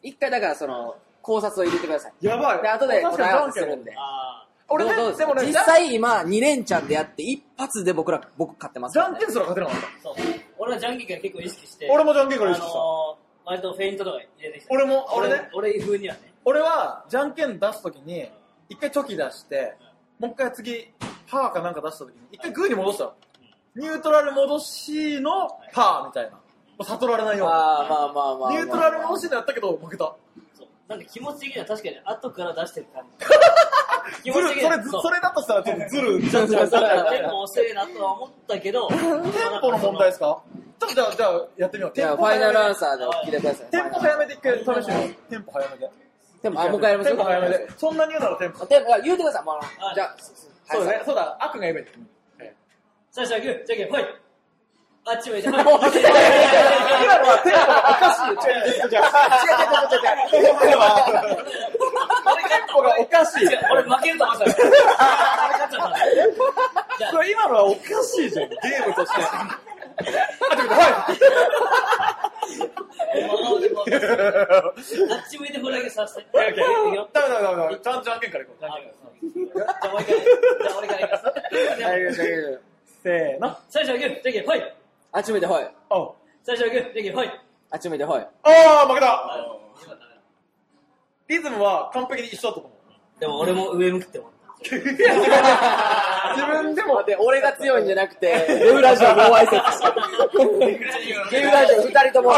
[SPEAKER 6] 一回だからその、考察を入れてください。
[SPEAKER 2] やばい。
[SPEAKER 6] で、後で
[SPEAKER 2] 確
[SPEAKER 6] 答え合
[SPEAKER 2] か
[SPEAKER 6] わ
[SPEAKER 2] に
[SPEAKER 6] せするんで。
[SPEAKER 7] あ
[SPEAKER 2] 俺ね
[SPEAKER 6] どうどう、す
[SPEAKER 2] で
[SPEAKER 6] か
[SPEAKER 2] もね、
[SPEAKER 6] 実
[SPEAKER 2] じゃん
[SPEAKER 6] 際今、2連チャンでやって、一発で僕ら、僕勝ってます
[SPEAKER 2] じ
[SPEAKER 6] か
[SPEAKER 2] ゃ
[SPEAKER 6] ら
[SPEAKER 2] ん
[SPEAKER 6] ね
[SPEAKER 2] けんすら勝てなかった。
[SPEAKER 7] ーそう。俺はじゃんけんから結構意識して。
[SPEAKER 2] 俺もじゃんけんから意識した
[SPEAKER 7] あ。のー、割とフェイントとか入れてきた。
[SPEAKER 2] 俺も俺ね
[SPEAKER 7] 俺俺風にはね。
[SPEAKER 2] 俺は、じゃんけん出すときに、一回チョキ出して、もう一回次、パーかなんか出したときに、一回グーに戻したの。ニュートラル戻しのパーみたいな。もう悟られないよう
[SPEAKER 6] あーまあまあまあまあ。
[SPEAKER 2] に。ニュートラル戻しでやったけど、負けた。
[SPEAKER 7] そう。なんか気持ち的には確かに後から出してる感 じ。気
[SPEAKER 2] ず
[SPEAKER 7] 持ち、
[SPEAKER 2] る
[SPEAKER 7] 的に
[SPEAKER 2] そ
[SPEAKER 7] は
[SPEAKER 2] れ、ず
[SPEAKER 7] そう
[SPEAKER 2] それだとしたらちょっとずる。テン
[SPEAKER 6] そう そうそう
[SPEAKER 7] テンポ遅いなとは思ったけど、テ
[SPEAKER 2] ポの問題ですかちょっとじゃあ、じゃあ、やってみよう。
[SPEAKER 6] じ
[SPEAKER 2] テ
[SPEAKER 6] ゃあ、
[SPEAKER 2] ン
[SPEAKER 6] フ
[SPEAKER 2] ポ
[SPEAKER 6] ァイナ
[SPEAKER 2] 早
[SPEAKER 6] ル
[SPEAKER 2] め
[SPEAKER 6] アン
[SPEAKER 2] で。
[SPEAKER 6] サーで聞いてください。
[SPEAKER 2] テンポ早めで一回試してみよう。テンポ早めで。
[SPEAKER 6] テンポ、あ、もう一回やります
[SPEAKER 2] テンポ早めで。そんなに言うならテンポ。
[SPEAKER 6] テンポ、あ言うてください。もうあの
[SPEAKER 7] あ
[SPEAKER 6] じゃあ、
[SPEAKER 2] そうだね。
[SPEAKER 6] は
[SPEAKER 2] そうだ、悪が言えばいい。
[SPEAKER 7] 最初はグー、じゃんけん、ほい。あっち向いて、ほい。
[SPEAKER 2] 今のはテンポがおかしい。違う違う違う違う。違う違う違う違う。テンポがテンポがおかしい。
[SPEAKER 7] 俺負けると思ったから俺勝っちゃったんだよ
[SPEAKER 2] それ今のはおかしいじゃん、ゲームとして。あ、ちょっと
[SPEAKER 7] 真顔でこうあっち向いてこれだけさせて。いくよ
[SPEAKER 2] ダメダメダメダメ。ちゃんじゃんけんから行こう。じゃん
[SPEAKER 7] あ
[SPEAKER 2] けん
[SPEAKER 7] じゃあ俺から、じゃあ俺からいきます。
[SPEAKER 6] いはいはい
[SPEAKER 2] せーの。
[SPEAKER 7] 最初はグー、じゃんけん、ほい。
[SPEAKER 6] あっち向いてほい。
[SPEAKER 2] おう
[SPEAKER 7] 最初はグー、じゃんけん、ほい。
[SPEAKER 6] あっち向いてほい。
[SPEAKER 2] あー、負けた
[SPEAKER 7] 今ダメだ
[SPEAKER 2] リズムは完璧に一緒だと思う。
[SPEAKER 7] でも俺も上向くって思った。
[SPEAKER 6] 自分でも、で、俺が強いんじゃなくて、 レブラジオの挨拶。レブラジオ二人とも、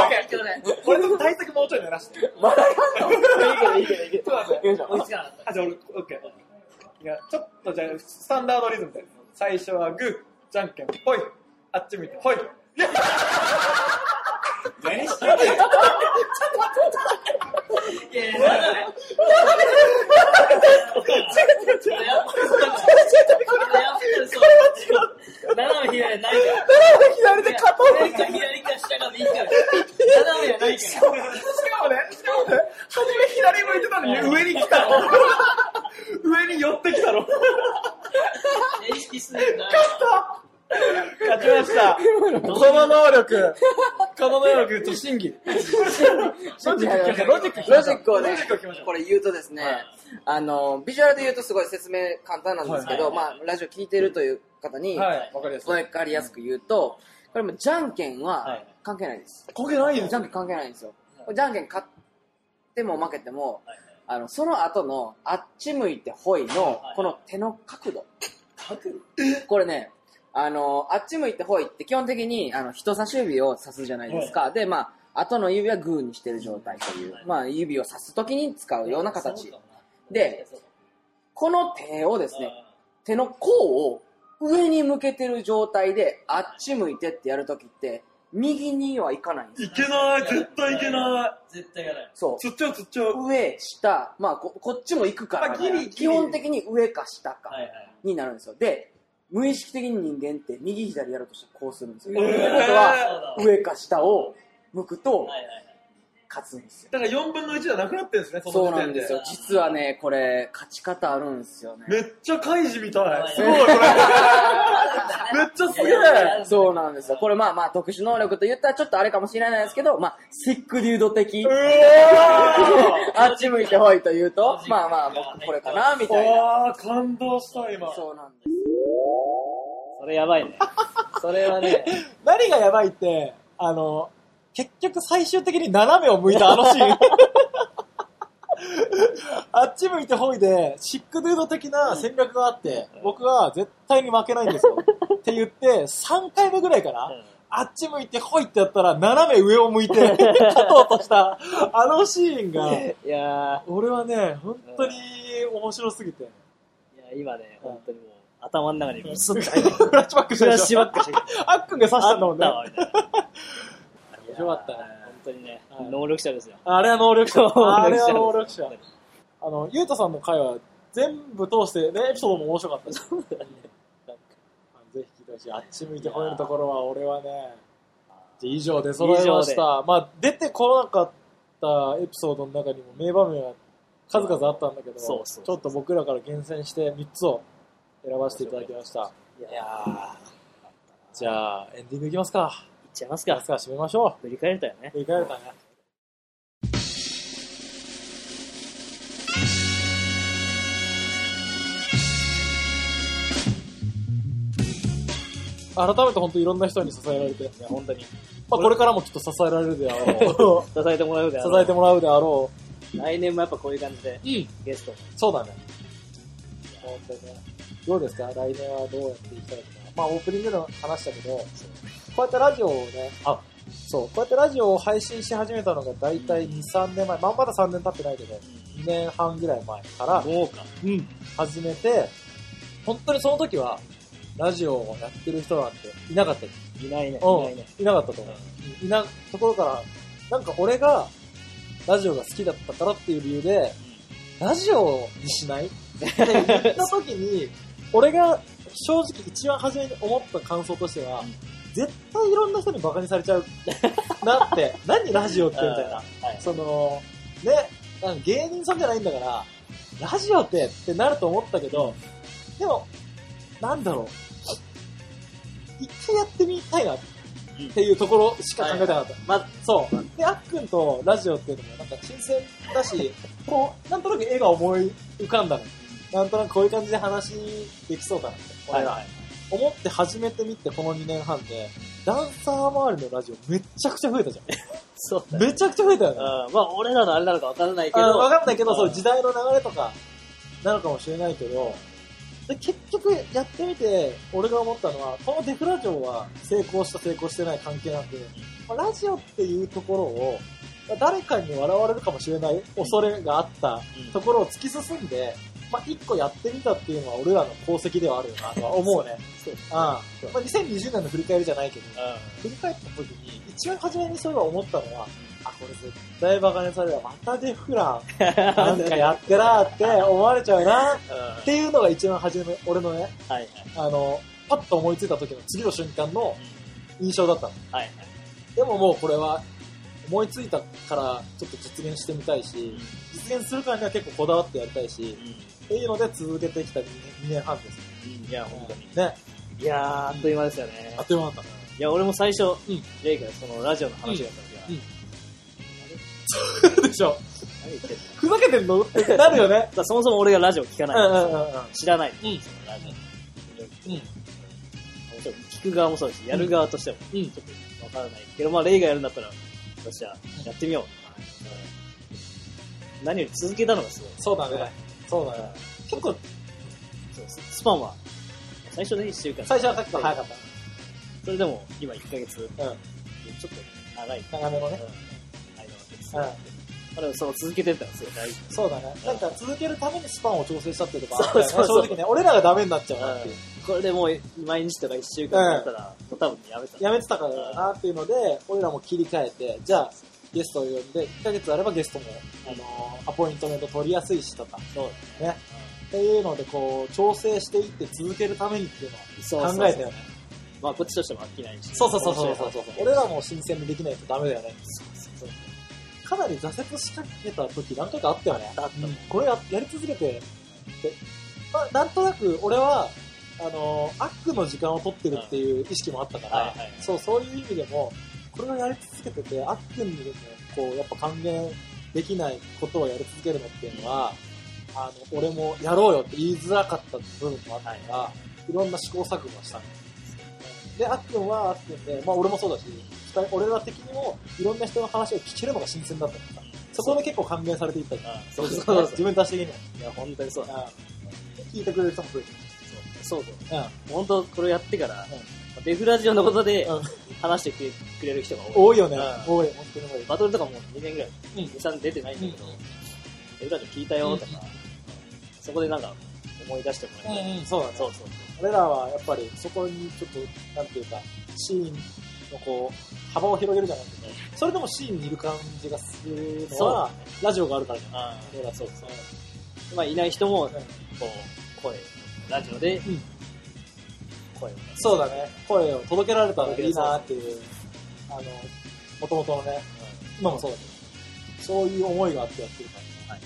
[SPEAKER 2] これでも対策もうちょい濡らして。
[SPEAKER 6] まだやんのいいけどいいけどいいけど。よいしょ
[SPEAKER 7] 追いつかなかった。
[SPEAKER 2] あ、じゃあ俺、オッケー。いや、ちょっとじゃあ、スタンダードリズムで。最初はグー、じゃんけん、ほい。あっち向いて、ほい。
[SPEAKER 7] いやいや、ダメだよ。斜め左ないから。
[SPEAKER 2] 左で勝とう
[SPEAKER 7] 左か左か下か右か。斜めじゃないから。
[SPEAKER 2] しかもね、しかもね、初め左向いてたのに上に来たの。 上に寄ってきたの。
[SPEAKER 7] 意識するんだ。
[SPEAKER 2] 勝ちました。この能力、この能力と審議。ロジック、ロジック、
[SPEAKER 6] ロジックをね
[SPEAKER 2] ロジックを決めましょう
[SPEAKER 6] これ言うとですね、あの、ビジュアルで言うとすごい説明簡単なんですけど、
[SPEAKER 7] はいはい
[SPEAKER 6] まあ、ラジオ聞いてるという方に、
[SPEAKER 2] はい、わかりやすい。
[SPEAKER 6] わかりやすく言うと、これもじゃんけん
[SPEAKER 7] は
[SPEAKER 6] はい関係ないです。
[SPEAKER 2] 関係ないよ
[SPEAKER 6] じゃんけん関係ないんですよ。これじゃんけん勝っても負けても、あの、その後の、あっち向いてほいの、この手の角度。これね、あの、あっち向いてほいって基本的に、あの、人差し指を指すじゃないですか。で、まあ、後の指はグーにしてる状態という、まあ、指を指すときに使うような形。で、この手をですね、手の甲を上に向けてる状態で、あっち向いてってやるときって、右にはいかないんです
[SPEAKER 2] いけない、絶対いけない。
[SPEAKER 7] 絶対やらない。
[SPEAKER 6] そう。
[SPEAKER 2] 釣っちゃう、釣っちゃう。
[SPEAKER 6] 上、下、まあこ、こっちも行くから、
[SPEAKER 2] まあギリギリ
[SPEAKER 6] 基本的に上か下か
[SPEAKER 7] はいはい。
[SPEAKER 6] になるんですよ。で、無意識的に人間って右左やろうとしてこうするんですよ。
[SPEAKER 2] え
[SPEAKER 6] っ
[SPEAKER 2] ー
[SPEAKER 6] てことは、上か下を向くと
[SPEAKER 7] はいはいはい。
[SPEAKER 6] 勝つんですよ。
[SPEAKER 2] だから4分の1じゃなくなってんですね、そ
[SPEAKER 6] そう
[SPEAKER 2] の時
[SPEAKER 6] なん
[SPEAKER 2] 点で。
[SPEAKER 6] ですよ。実はね、これ、勝ち方あるんですよね。
[SPEAKER 2] めっちゃ開示みたい。すごい、
[SPEAKER 6] え
[SPEAKER 2] これ。めっち ゃすげえ。
[SPEAKER 6] そうなんですよ。これまあまあ特殊能力と言ったらちょっとあれかもしれないですけど、まあ、セックデュード的
[SPEAKER 2] う、わ
[SPEAKER 6] あっち向いてほいと言うと、まあまあ僕これかな、み
[SPEAKER 2] ー
[SPEAKER 6] たいな。
[SPEAKER 2] わー、感動した、今。
[SPEAKER 6] そうなんです。
[SPEAKER 1] それやばいね。それはね、
[SPEAKER 2] 何がやばいって、あの、結局最終的に斜めを向いたあの シーン。あっち向いてほいで、シックドゥード的な戦略があって、僕は絶対に負けないんで すよ。って言って、3回目ぐらいかな、
[SPEAKER 1] うん
[SPEAKER 2] あっち向いてほいってやったら、斜め上を向 いて、勝とうとした、あのシーンが、
[SPEAKER 1] いや
[SPEAKER 2] 俺はね、本当に面白すぎて、
[SPEAKER 1] ー、いや今ね、本当にもう、頭の中にブスッと
[SPEAKER 2] フラッシュバックし
[SPEAKER 1] フ
[SPEAKER 2] た
[SPEAKER 1] ラッ
[SPEAKER 2] でし
[SPEAKER 1] シュ
[SPEAKER 2] ょ。
[SPEAKER 1] バックしてきて、
[SPEAKER 2] あっくんが刺し
[SPEAKER 1] あ
[SPEAKER 2] た
[SPEAKER 1] った
[SPEAKER 2] んだもんね。
[SPEAKER 1] わ、みたいな。
[SPEAKER 2] 面白かったね。
[SPEAKER 1] 本当にね
[SPEAKER 2] は、い
[SPEAKER 1] 能力者ですよ。
[SPEAKER 2] あれは能力者。
[SPEAKER 1] 能力者
[SPEAKER 2] あれは能力者。あの、ゆうたさんの回は全部通して、ね、エピソードも面白かったし。うんぜひ聞いてほしい。あっち向いて吠えるところは、俺はね、じゃあ以上で揃いまし
[SPEAKER 1] 以
[SPEAKER 2] た。まあ、出てこなかったエピソードの中にも名場面は数々あったんだけど、
[SPEAKER 1] そうそうそう
[SPEAKER 2] ちょっと僕らから厳選して3つを選ばせていただきました。いやーじゃあ、エンディングいきますか。
[SPEAKER 1] っちゃいます
[SPEAKER 2] じゃあ、
[SPEAKER 1] か。
[SPEAKER 2] さあ、締めましょ
[SPEAKER 1] 振り返れたよね
[SPEAKER 2] う。。振り返れたね。改めて本当いろんな人に支えられて、
[SPEAKER 1] 本当に。
[SPEAKER 2] まあ、これからもきっと支えられるであろ う。
[SPEAKER 1] 支えてもらうであろう
[SPEAKER 2] 支えてもらうであろ
[SPEAKER 1] 来年もやっぱこういう感じで、
[SPEAKER 2] う。うん。
[SPEAKER 1] ゲストも
[SPEAKER 2] そうだね。本当ね。どうですか来年はどうやっていきたいとか。まあ、オープニングでも話したけど、こうやってラジオをね、あ、そう、こうやってラジオを配信し始めたのが大体2、3年前、まあ、まだ3年経ってないけど、2年半ぐらい前から、
[SPEAKER 1] 豪華。
[SPEAKER 2] うん、始めて、本当にその時は、ラジオをやってる人なんていなかったです
[SPEAKER 1] いないね。い
[SPEAKER 2] うん
[SPEAKER 1] ないね。
[SPEAKER 2] いなかったと思う。いな、ところから、なんか俺が、ラジオが好きだったからっていう理由で、ラジオにしないって言った時に、俺が正直一番初めに思った感想としては、絶対いろんな人にバカにされちゃうな って、何ラジオってみたいな。その、ね、なんか芸人さんじゃないんだから、ラジオってってなると思ったけど、でも、なんだろう。一回やってみたいなっていうところしか考えてなかった。ま、そう。で、あっくんとラジオっていうのもなんか新鮮だし、こう、なんとなく絵が思い浮かんだの。なんとなくこういう感じで話できそうだなって、俺は思って始めてみて、この2年半で、ダンサー周りのラジオめちゃくちゃ増えたじゃ
[SPEAKER 1] そうだ
[SPEAKER 2] ん。
[SPEAKER 1] ね。
[SPEAKER 2] めちゃくちゃ増えたよね。
[SPEAKER 1] うんまあ、俺らのあれなのか分からないけ
[SPEAKER 2] あ
[SPEAKER 1] ど。
[SPEAKER 2] わかんないけ
[SPEAKER 1] う
[SPEAKER 2] ど、
[SPEAKER 1] ん
[SPEAKER 2] そう、時代の流れとか、なのかもしれないけど、で結局やってみて、俺が思ったのは、このデフラジオは成功した成功してない関係なく、まあラジオっていうところを、まあ誰かに笑われるかもしれない恐れがあった
[SPEAKER 1] うん
[SPEAKER 2] ところを突き進んで、まあ、一個やってみたっていうのは俺らの功績ではあるよなとは思うね。
[SPEAKER 1] そう
[SPEAKER 2] うん。まあ、2020年の振り返りじゃないけど、振り返った時に、一番初めにそういえば思ったのは、あ、これ絶対バカにされるわ。またデフラン、なんかやってらーって思われちゃうな、っていうのが一番初めの、俺のね、
[SPEAKER 1] はいはい。
[SPEAKER 2] あの、パッと思いついた時の次の瞬間の印象だったの。
[SPEAKER 1] はいはい。
[SPEAKER 2] でももうこれは、思いついたからちょっと実現してみたいし、実現するからには結構こだわってやりたいし、っていうので続けてきた2年二年半です。
[SPEAKER 1] うんいや、本当に。
[SPEAKER 2] ね、
[SPEAKER 1] いやー、あっという間ですよね
[SPEAKER 2] あ。っという間だった。
[SPEAKER 1] いや、俺も最初、
[SPEAKER 2] うん
[SPEAKER 1] レイからそのラジオの話があった時は、
[SPEAKER 2] うんでしょ。
[SPEAKER 1] 何言ってんの
[SPEAKER 2] ふざけてんのってなるよね。
[SPEAKER 1] だからそもそも俺がラジオ聞か
[SPEAKER 2] う
[SPEAKER 1] なんい。
[SPEAKER 2] うんうんうん。
[SPEAKER 1] 知らない。
[SPEAKER 2] うん
[SPEAKER 1] そのラジオ。
[SPEAKER 2] うん
[SPEAKER 1] 面白い聞く側もそうだし、やる側としても、
[SPEAKER 2] うん
[SPEAKER 1] ちょっとわからないけど、まあ、レイがやるんだったら、私はやってみよう。うん何より続けたのがすごい。
[SPEAKER 2] そうだね。そうだね。結
[SPEAKER 1] そ
[SPEAKER 2] 構、
[SPEAKER 1] うススパンは、最初の1週間。
[SPEAKER 2] 最初は結構早かっ
[SPEAKER 1] それでも、今1ヶ月、
[SPEAKER 2] た。う
[SPEAKER 1] ちょ
[SPEAKER 2] ん。
[SPEAKER 1] っと長い。
[SPEAKER 2] 長めのね。
[SPEAKER 1] 間です。
[SPEAKER 2] うん
[SPEAKER 1] まあでもその続けてったんですよ、大事。
[SPEAKER 2] そうだね。なんか続けるためにスパンを調整したっていうとこあるよね
[SPEAKER 1] そうそうそう
[SPEAKER 2] 正直ね、俺らがダメになっちゃうなっていう。
[SPEAKER 1] これでもう毎日とか1週間だったら、多分やめた。
[SPEAKER 2] やめてたからだなっていうので、俺らも切り替えて、じゃあ、ゲストを呼んで、1ヶ月あればゲストも、あのーアポイントメント取りやすいしとか、
[SPEAKER 1] そう
[SPEAKER 2] ね。っていうので、こう、調整していって続けるためにっていう
[SPEAKER 1] そ
[SPEAKER 2] の
[SPEAKER 1] うそうそ
[SPEAKER 2] は
[SPEAKER 1] う
[SPEAKER 2] 考えたよね。
[SPEAKER 1] まあこっちとしても飽きないし。
[SPEAKER 2] そうそうそうそうそうそう
[SPEAKER 1] 面白いな
[SPEAKER 2] 俺らも新鮮にできないとダメだよね。かなり挫折しかけた時何回かあったよね。うんこれややり続けて、でまあ、なんとなく俺は、あのー、アックの時間を取ってるっていう意識もあったから、
[SPEAKER 1] はいはい
[SPEAKER 2] そう、そういう意味でも、これをやり続けてて、アックにでも、こう、やっぱ還元できないことをやり続けるのっていうのは、あの、俺もやろうよって言いづらかった部分もあったから、い、ろんな試行錯誤をしたので、あっくんはあっくんで、まあ俺もそうだし、二人俺ら的にもいろんな人の話を聞けるのが新鮮だったからさそこで結構還元されていったから、
[SPEAKER 1] そうそうそう
[SPEAKER 2] 自分たち的には。
[SPEAKER 1] いや、本当にそうだ。
[SPEAKER 2] うん聞いてくれる人も増えて
[SPEAKER 1] そうそう。
[SPEAKER 2] る。うん。
[SPEAKER 1] 本当これやってから
[SPEAKER 2] うん、
[SPEAKER 1] デフラジオのことで
[SPEAKER 2] うん
[SPEAKER 1] 話してくれくれる人が多い。
[SPEAKER 2] 多いよね
[SPEAKER 1] うん。
[SPEAKER 2] 多い。本当に多い。
[SPEAKER 1] バトルとかもう2年ぐらい、
[SPEAKER 2] うん
[SPEAKER 1] 2、3出てないんだけど、デフラジオ聞いたよとか、そこでなんか思い出してもらえ
[SPEAKER 2] うんうん、そうだね。
[SPEAKER 1] た。そうそう。
[SPEAKER 2] 俺らはやっぱりそこにちょっと、なんていうか、シーンのこう、幅を広げるじゃないけど、それでもシーンにいる感じがするのは、ラジオがあるからじゃん。
[SPEAKER 1] あ
[SPEAKER 2] 俺らそうそう。
[SPEAKER 1] まあ、いない人も、こう、声、ラジオで
[SPEAKER 2] ん、
[SPEAKER 1] 声をね。
[SPEAKER 2] そうだね。声を届けられたらいいなっていう、あの、もともとのね、今もそうだけど、そういう思いがあってやってるから。
[SPEAKER 1] はい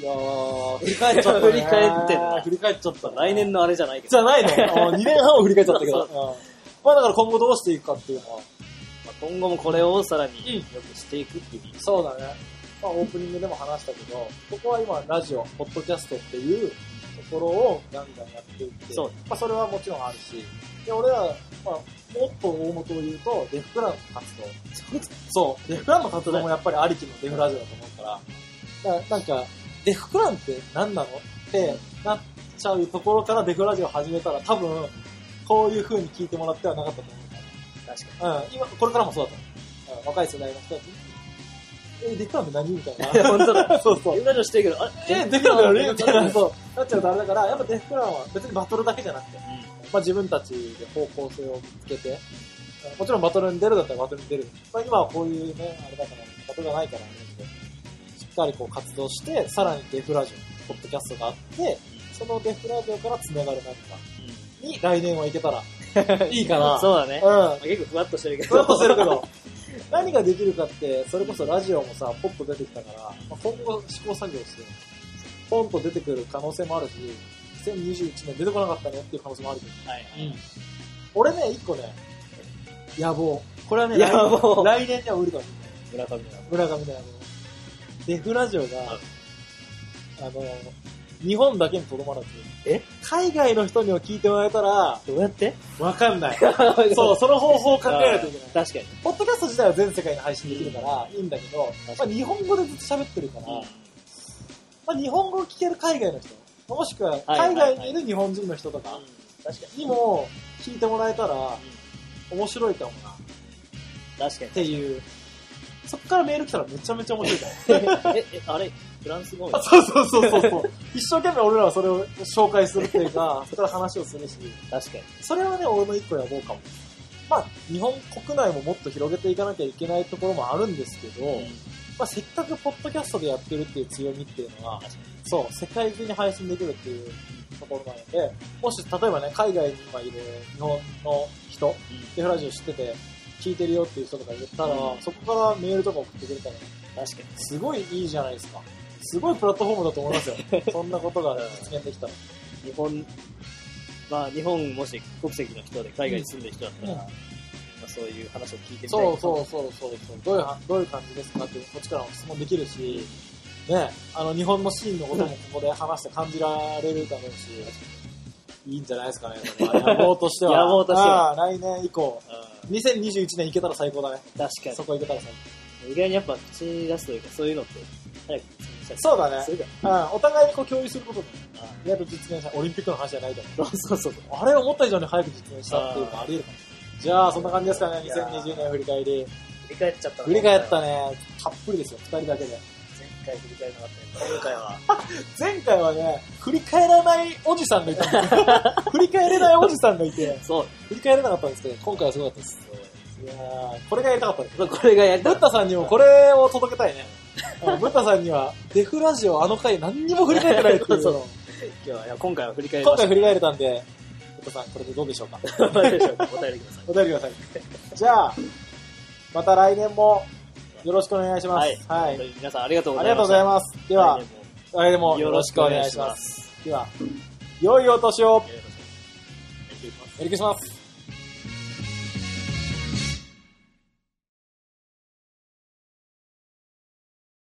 [SPEAKER 2] いやー、振り返っちゃったね。
[SPEAKER 1] 振り返ってんな
[SPEAKER 2] 振り返っちゃった。
[SPEAKER 1] 来年のあれじゃないけ
[SPEAKER 2] じ
[SPEAKER 1] ど、
[SPEAKER 2] ゃないね。2年半を振り返っちゃったけ
[SPEAKER 1] そ
[SPEAKER 2] ど。
[SPEAKER 1] う
[SPEAKER 2] うんまあだから今後どうしていくかっていうのは、
[SPEAKER 1] まあ今後もこれをさらに良くしていくっていう。
[SPEAKER 2] そうだね。まあオープニングでも話したけど、ここは今ラジオ、ポッドキャストっていうところをガンガンやっていって、
[SPEAKER 1] そう
[SPEAKER 2] まあそれはもちろんあるし、で、俺ら、まあ、もっと大元を言うと、デフプランの活動。そう、デフプランの活動もやっぱりありきのデフラジオだと思うから、だからなんか、デフプランって何なのってなっちゃうところからデフラジオ始めたら多分、こういう風に聞いてもらってはなかったと思うから。確かに。うん、今、これからもそうだと思う。うん、若い世代の人たちに、え、デフプランって何みたいな。
[SPEAKER 1] 本当だ。
[SPEAKER 2] そうそう。
[SPEAKER 1] デフラジオしてるけど、あ
[SPEAKER 2] え、デフランだよねみたいな、そう。なっちゃうとあれだから、やっぱデフランは別にバトルだけじゃなくて、まあ自分たちで方向性を見つけて、もちろんバトルに出るだったらバトルに出る。まあ今はこういうね、あれだから、バトルがないからね、しっかりこう活動して、さらにデフラジオ、ポッドキャストがあって、そのデフラジオから繋がる何かに来年はいけたら いいかな。
[SPEAKER 1] そうだね。ま
[SPEAKER 2] うん
[SPEAKER 1] あ。結構ふわっとしてるけど。
[SPEAKER 2] ふわっとしてるけど、 何ができるかって、それこそラジオもさ、ポッと出てきたから、まあ、今後試行作業して、ポンと出てくる可能性もあるし、2021年出てこなかったねっていう可能性もあるけど、
[SPEAKER 1] はいはい。
[SPEAKER 2] 俺ね、一個ね、野望。これはね、
[SPEAKER 1] 野
[SPEAKER 2] 来
[SPEAKER 1] 望
[SPEAKER 2] 来年には売るかもし
[SPEAKER 1] 村上の。
[SPEAKER 2] れない。村上の野望。デフラジオが、あの、日本だけにとどまらず、
[SPEAKER 1] え
[SPEAKER 2] 海外の人にも聞いてもらえたら、
[SPEAKER 1] どうやって
[SPEAKER 2] わかんない。
[SPEAKER 1] そ
[SPEAKER 2] そう、その方法を考えないといけない。
[SPEAKER 1] 確かに。
[SPEAKER 2] ポッドキャスト自体は全世界に配信できるからいいんだけど、まあ、日本語でずっと喋ってるから、
[SPEAKER 1] うん
[SPEAKER 2] まあ、日本語を聞ける海外の人、もしくは
[SPEAKER 1] はいはい
[SPEAKER 2] 海外にいる日本人の人とか
[SPEAKER 1] 確かに。
[SPEAKER 2] にも聞いてもらえたら面白いかもなっ
[SPEAKER 1] 確かに。
[SPEAKER 2] ていう。そっからメール来たらめちゃめちゃ面白いから。
[SPEAKER 1] え、え、あれフランス語
[SPEAKER 2] あ そうそうそうそうそう。 一生懸命俺らはそれを紹介するっていうか、それから話をするし、
[SPEAKER 1] 確かに。
[SPEAKER 2] それはね、俺の一個や望かも。まあ、日本国内ももっと広げていかなきゃいけないところもあるんですけど、まあ、せっかくポッドキャストでやってるっていう強みっていうのは、そう、世界中に配信できるっていうところなので、もし例えばね、海外に今いる日本の人、デフラジオ知ってて、聞いてるよっていう人とか言ったら、そこからメールとか送ってくれたら、
[SPEAKER 1] 確かに。
[SPEAKER 2] すごいいいじゃないですか。すごいプラットフォームだと思い ますよ。そんなことが実現できたら。
[SPEAKER 1] 日本、まあ日本もし国籍の人で海外に住んでる人だったら、
[SPEAKER 2] うん
[SPEAKER 1] まあそういう話を聞いてみたい
[SPEAKER 2] そうそうそうそうそうどういうはどういう感じですかってこっちからも質問できるし、ね、あの日本のシーンのこともここで話して感じられるだろうしいいんじゃない ですかねこれは野望としては
[SPEAKER 1] 野望としては
[SPEAKER 2] ああ来年以降
[SPEAKER 1] う
[SPEAKER 2] 2021年行けたら最高だね
[SPEAKER 1] ん確かに
[SPEAKER 2] そ。こ行けたら最
[SPEAKER 1] 意外にやっぱ口に出すというか、そういうのって、早く口にしたり
[SPEAKER 2] 高そうだ
[SPEAKER 1] す
[SPEAKER 2] ね、
[SPEAKER 1] るか
[SPEAKER 2] うん、お互いにこう共有することで
[SPEAKER 1] らな。
[SPEAKER 2] 意外と実現したオリンピックの話じゃないじゃ
[SPEAKER 1] そうそうそう。
[SPEAKER 2] あれ思った以上に早く実現したっていうのがあり得るかもじゃあそんな感じですかね2020年振り返り
[SPEAKER 1] 振り返っちゃったな
[SPEAKER 2] 振り返っ。たねたっぷりですよ2人だけで
[SPEAKER 1] 前回振り返らなかったね今回は。
[SPEAKER 2] 前回はね、振り返らないおじさんがいたんです よ。振り返れないおじさんがいて、
[SPEAKER 1] そう。
[SPEAKER 2] 振り返れなかったんですけど、今回はすごかったです。いやーこれがやりたかったんですよ。
[SPEAKER 1] これがやり
[SPEAKER 2] ブ
[SPEAKER 1] た
[SPEAKER 2] ッダさんにもこれを届けたいね。うんブッダさんには、デフラジオあの回何にも振り返ってない っていう
[SPEAKER 1] そう今日は、いや今回は振り返り
[SPEAKER 2] 今
[SPEAKER 1] ました。
[SPEAKER 2] 回振り返れたんで、ブッダさんこれでどうでしょうか。
[SPEAKER 1] 今回でしょうか。 お便りください。
[SPEAKER 2] お便りください。じゃあ、また来年もよろしくお願いしま
[SPEAKER 1] は
[SPEAKER 2] す。
[SPEAKER 1] い。
[SPEAKER 2] はい、
[SPEAKER 1] 本当に皆さんありがとうご
[SPEAKER 2] あ
[SPEAKER 1] ざ
[SPEAKER 2] り
[SPEAKER 1] い
[SPEAKER 2] が
[SPEAKER 1] まし
[SPEAKER 2] とうござい
[SPEAKER 1] た。
[SPEAKER 2] ます。では
[SPEAKER 1] 来、
[SPEAKER 2] 来年も
[SPEAKER 1] よ
[SPEAKER 2] よ
[SPEAKER 1] ろ
[SPEAKER 2] ろ
[SPEAKER 1] し
[SPEAKER 2] し
[SPEAKER 1] く
[SPEAKER 2] く
[SPEAKER 1] お
[SPEAKER 2] お
[SPEAKER 1] 願
[SPEAKER 2] 願
[SPEAKER 1] い
[SPEAKER 2] い
[SPEAKER 1] し
[SPEAKER 2] し
[SPEAKER 1] ま
[SPEAKER 2] ます。では、良いお年を
[SPEAKER 1] 年もよろしくお願いします
[SPEAKER 2] メリークリスマス。
[SPEAKER 1] メリークリスマス。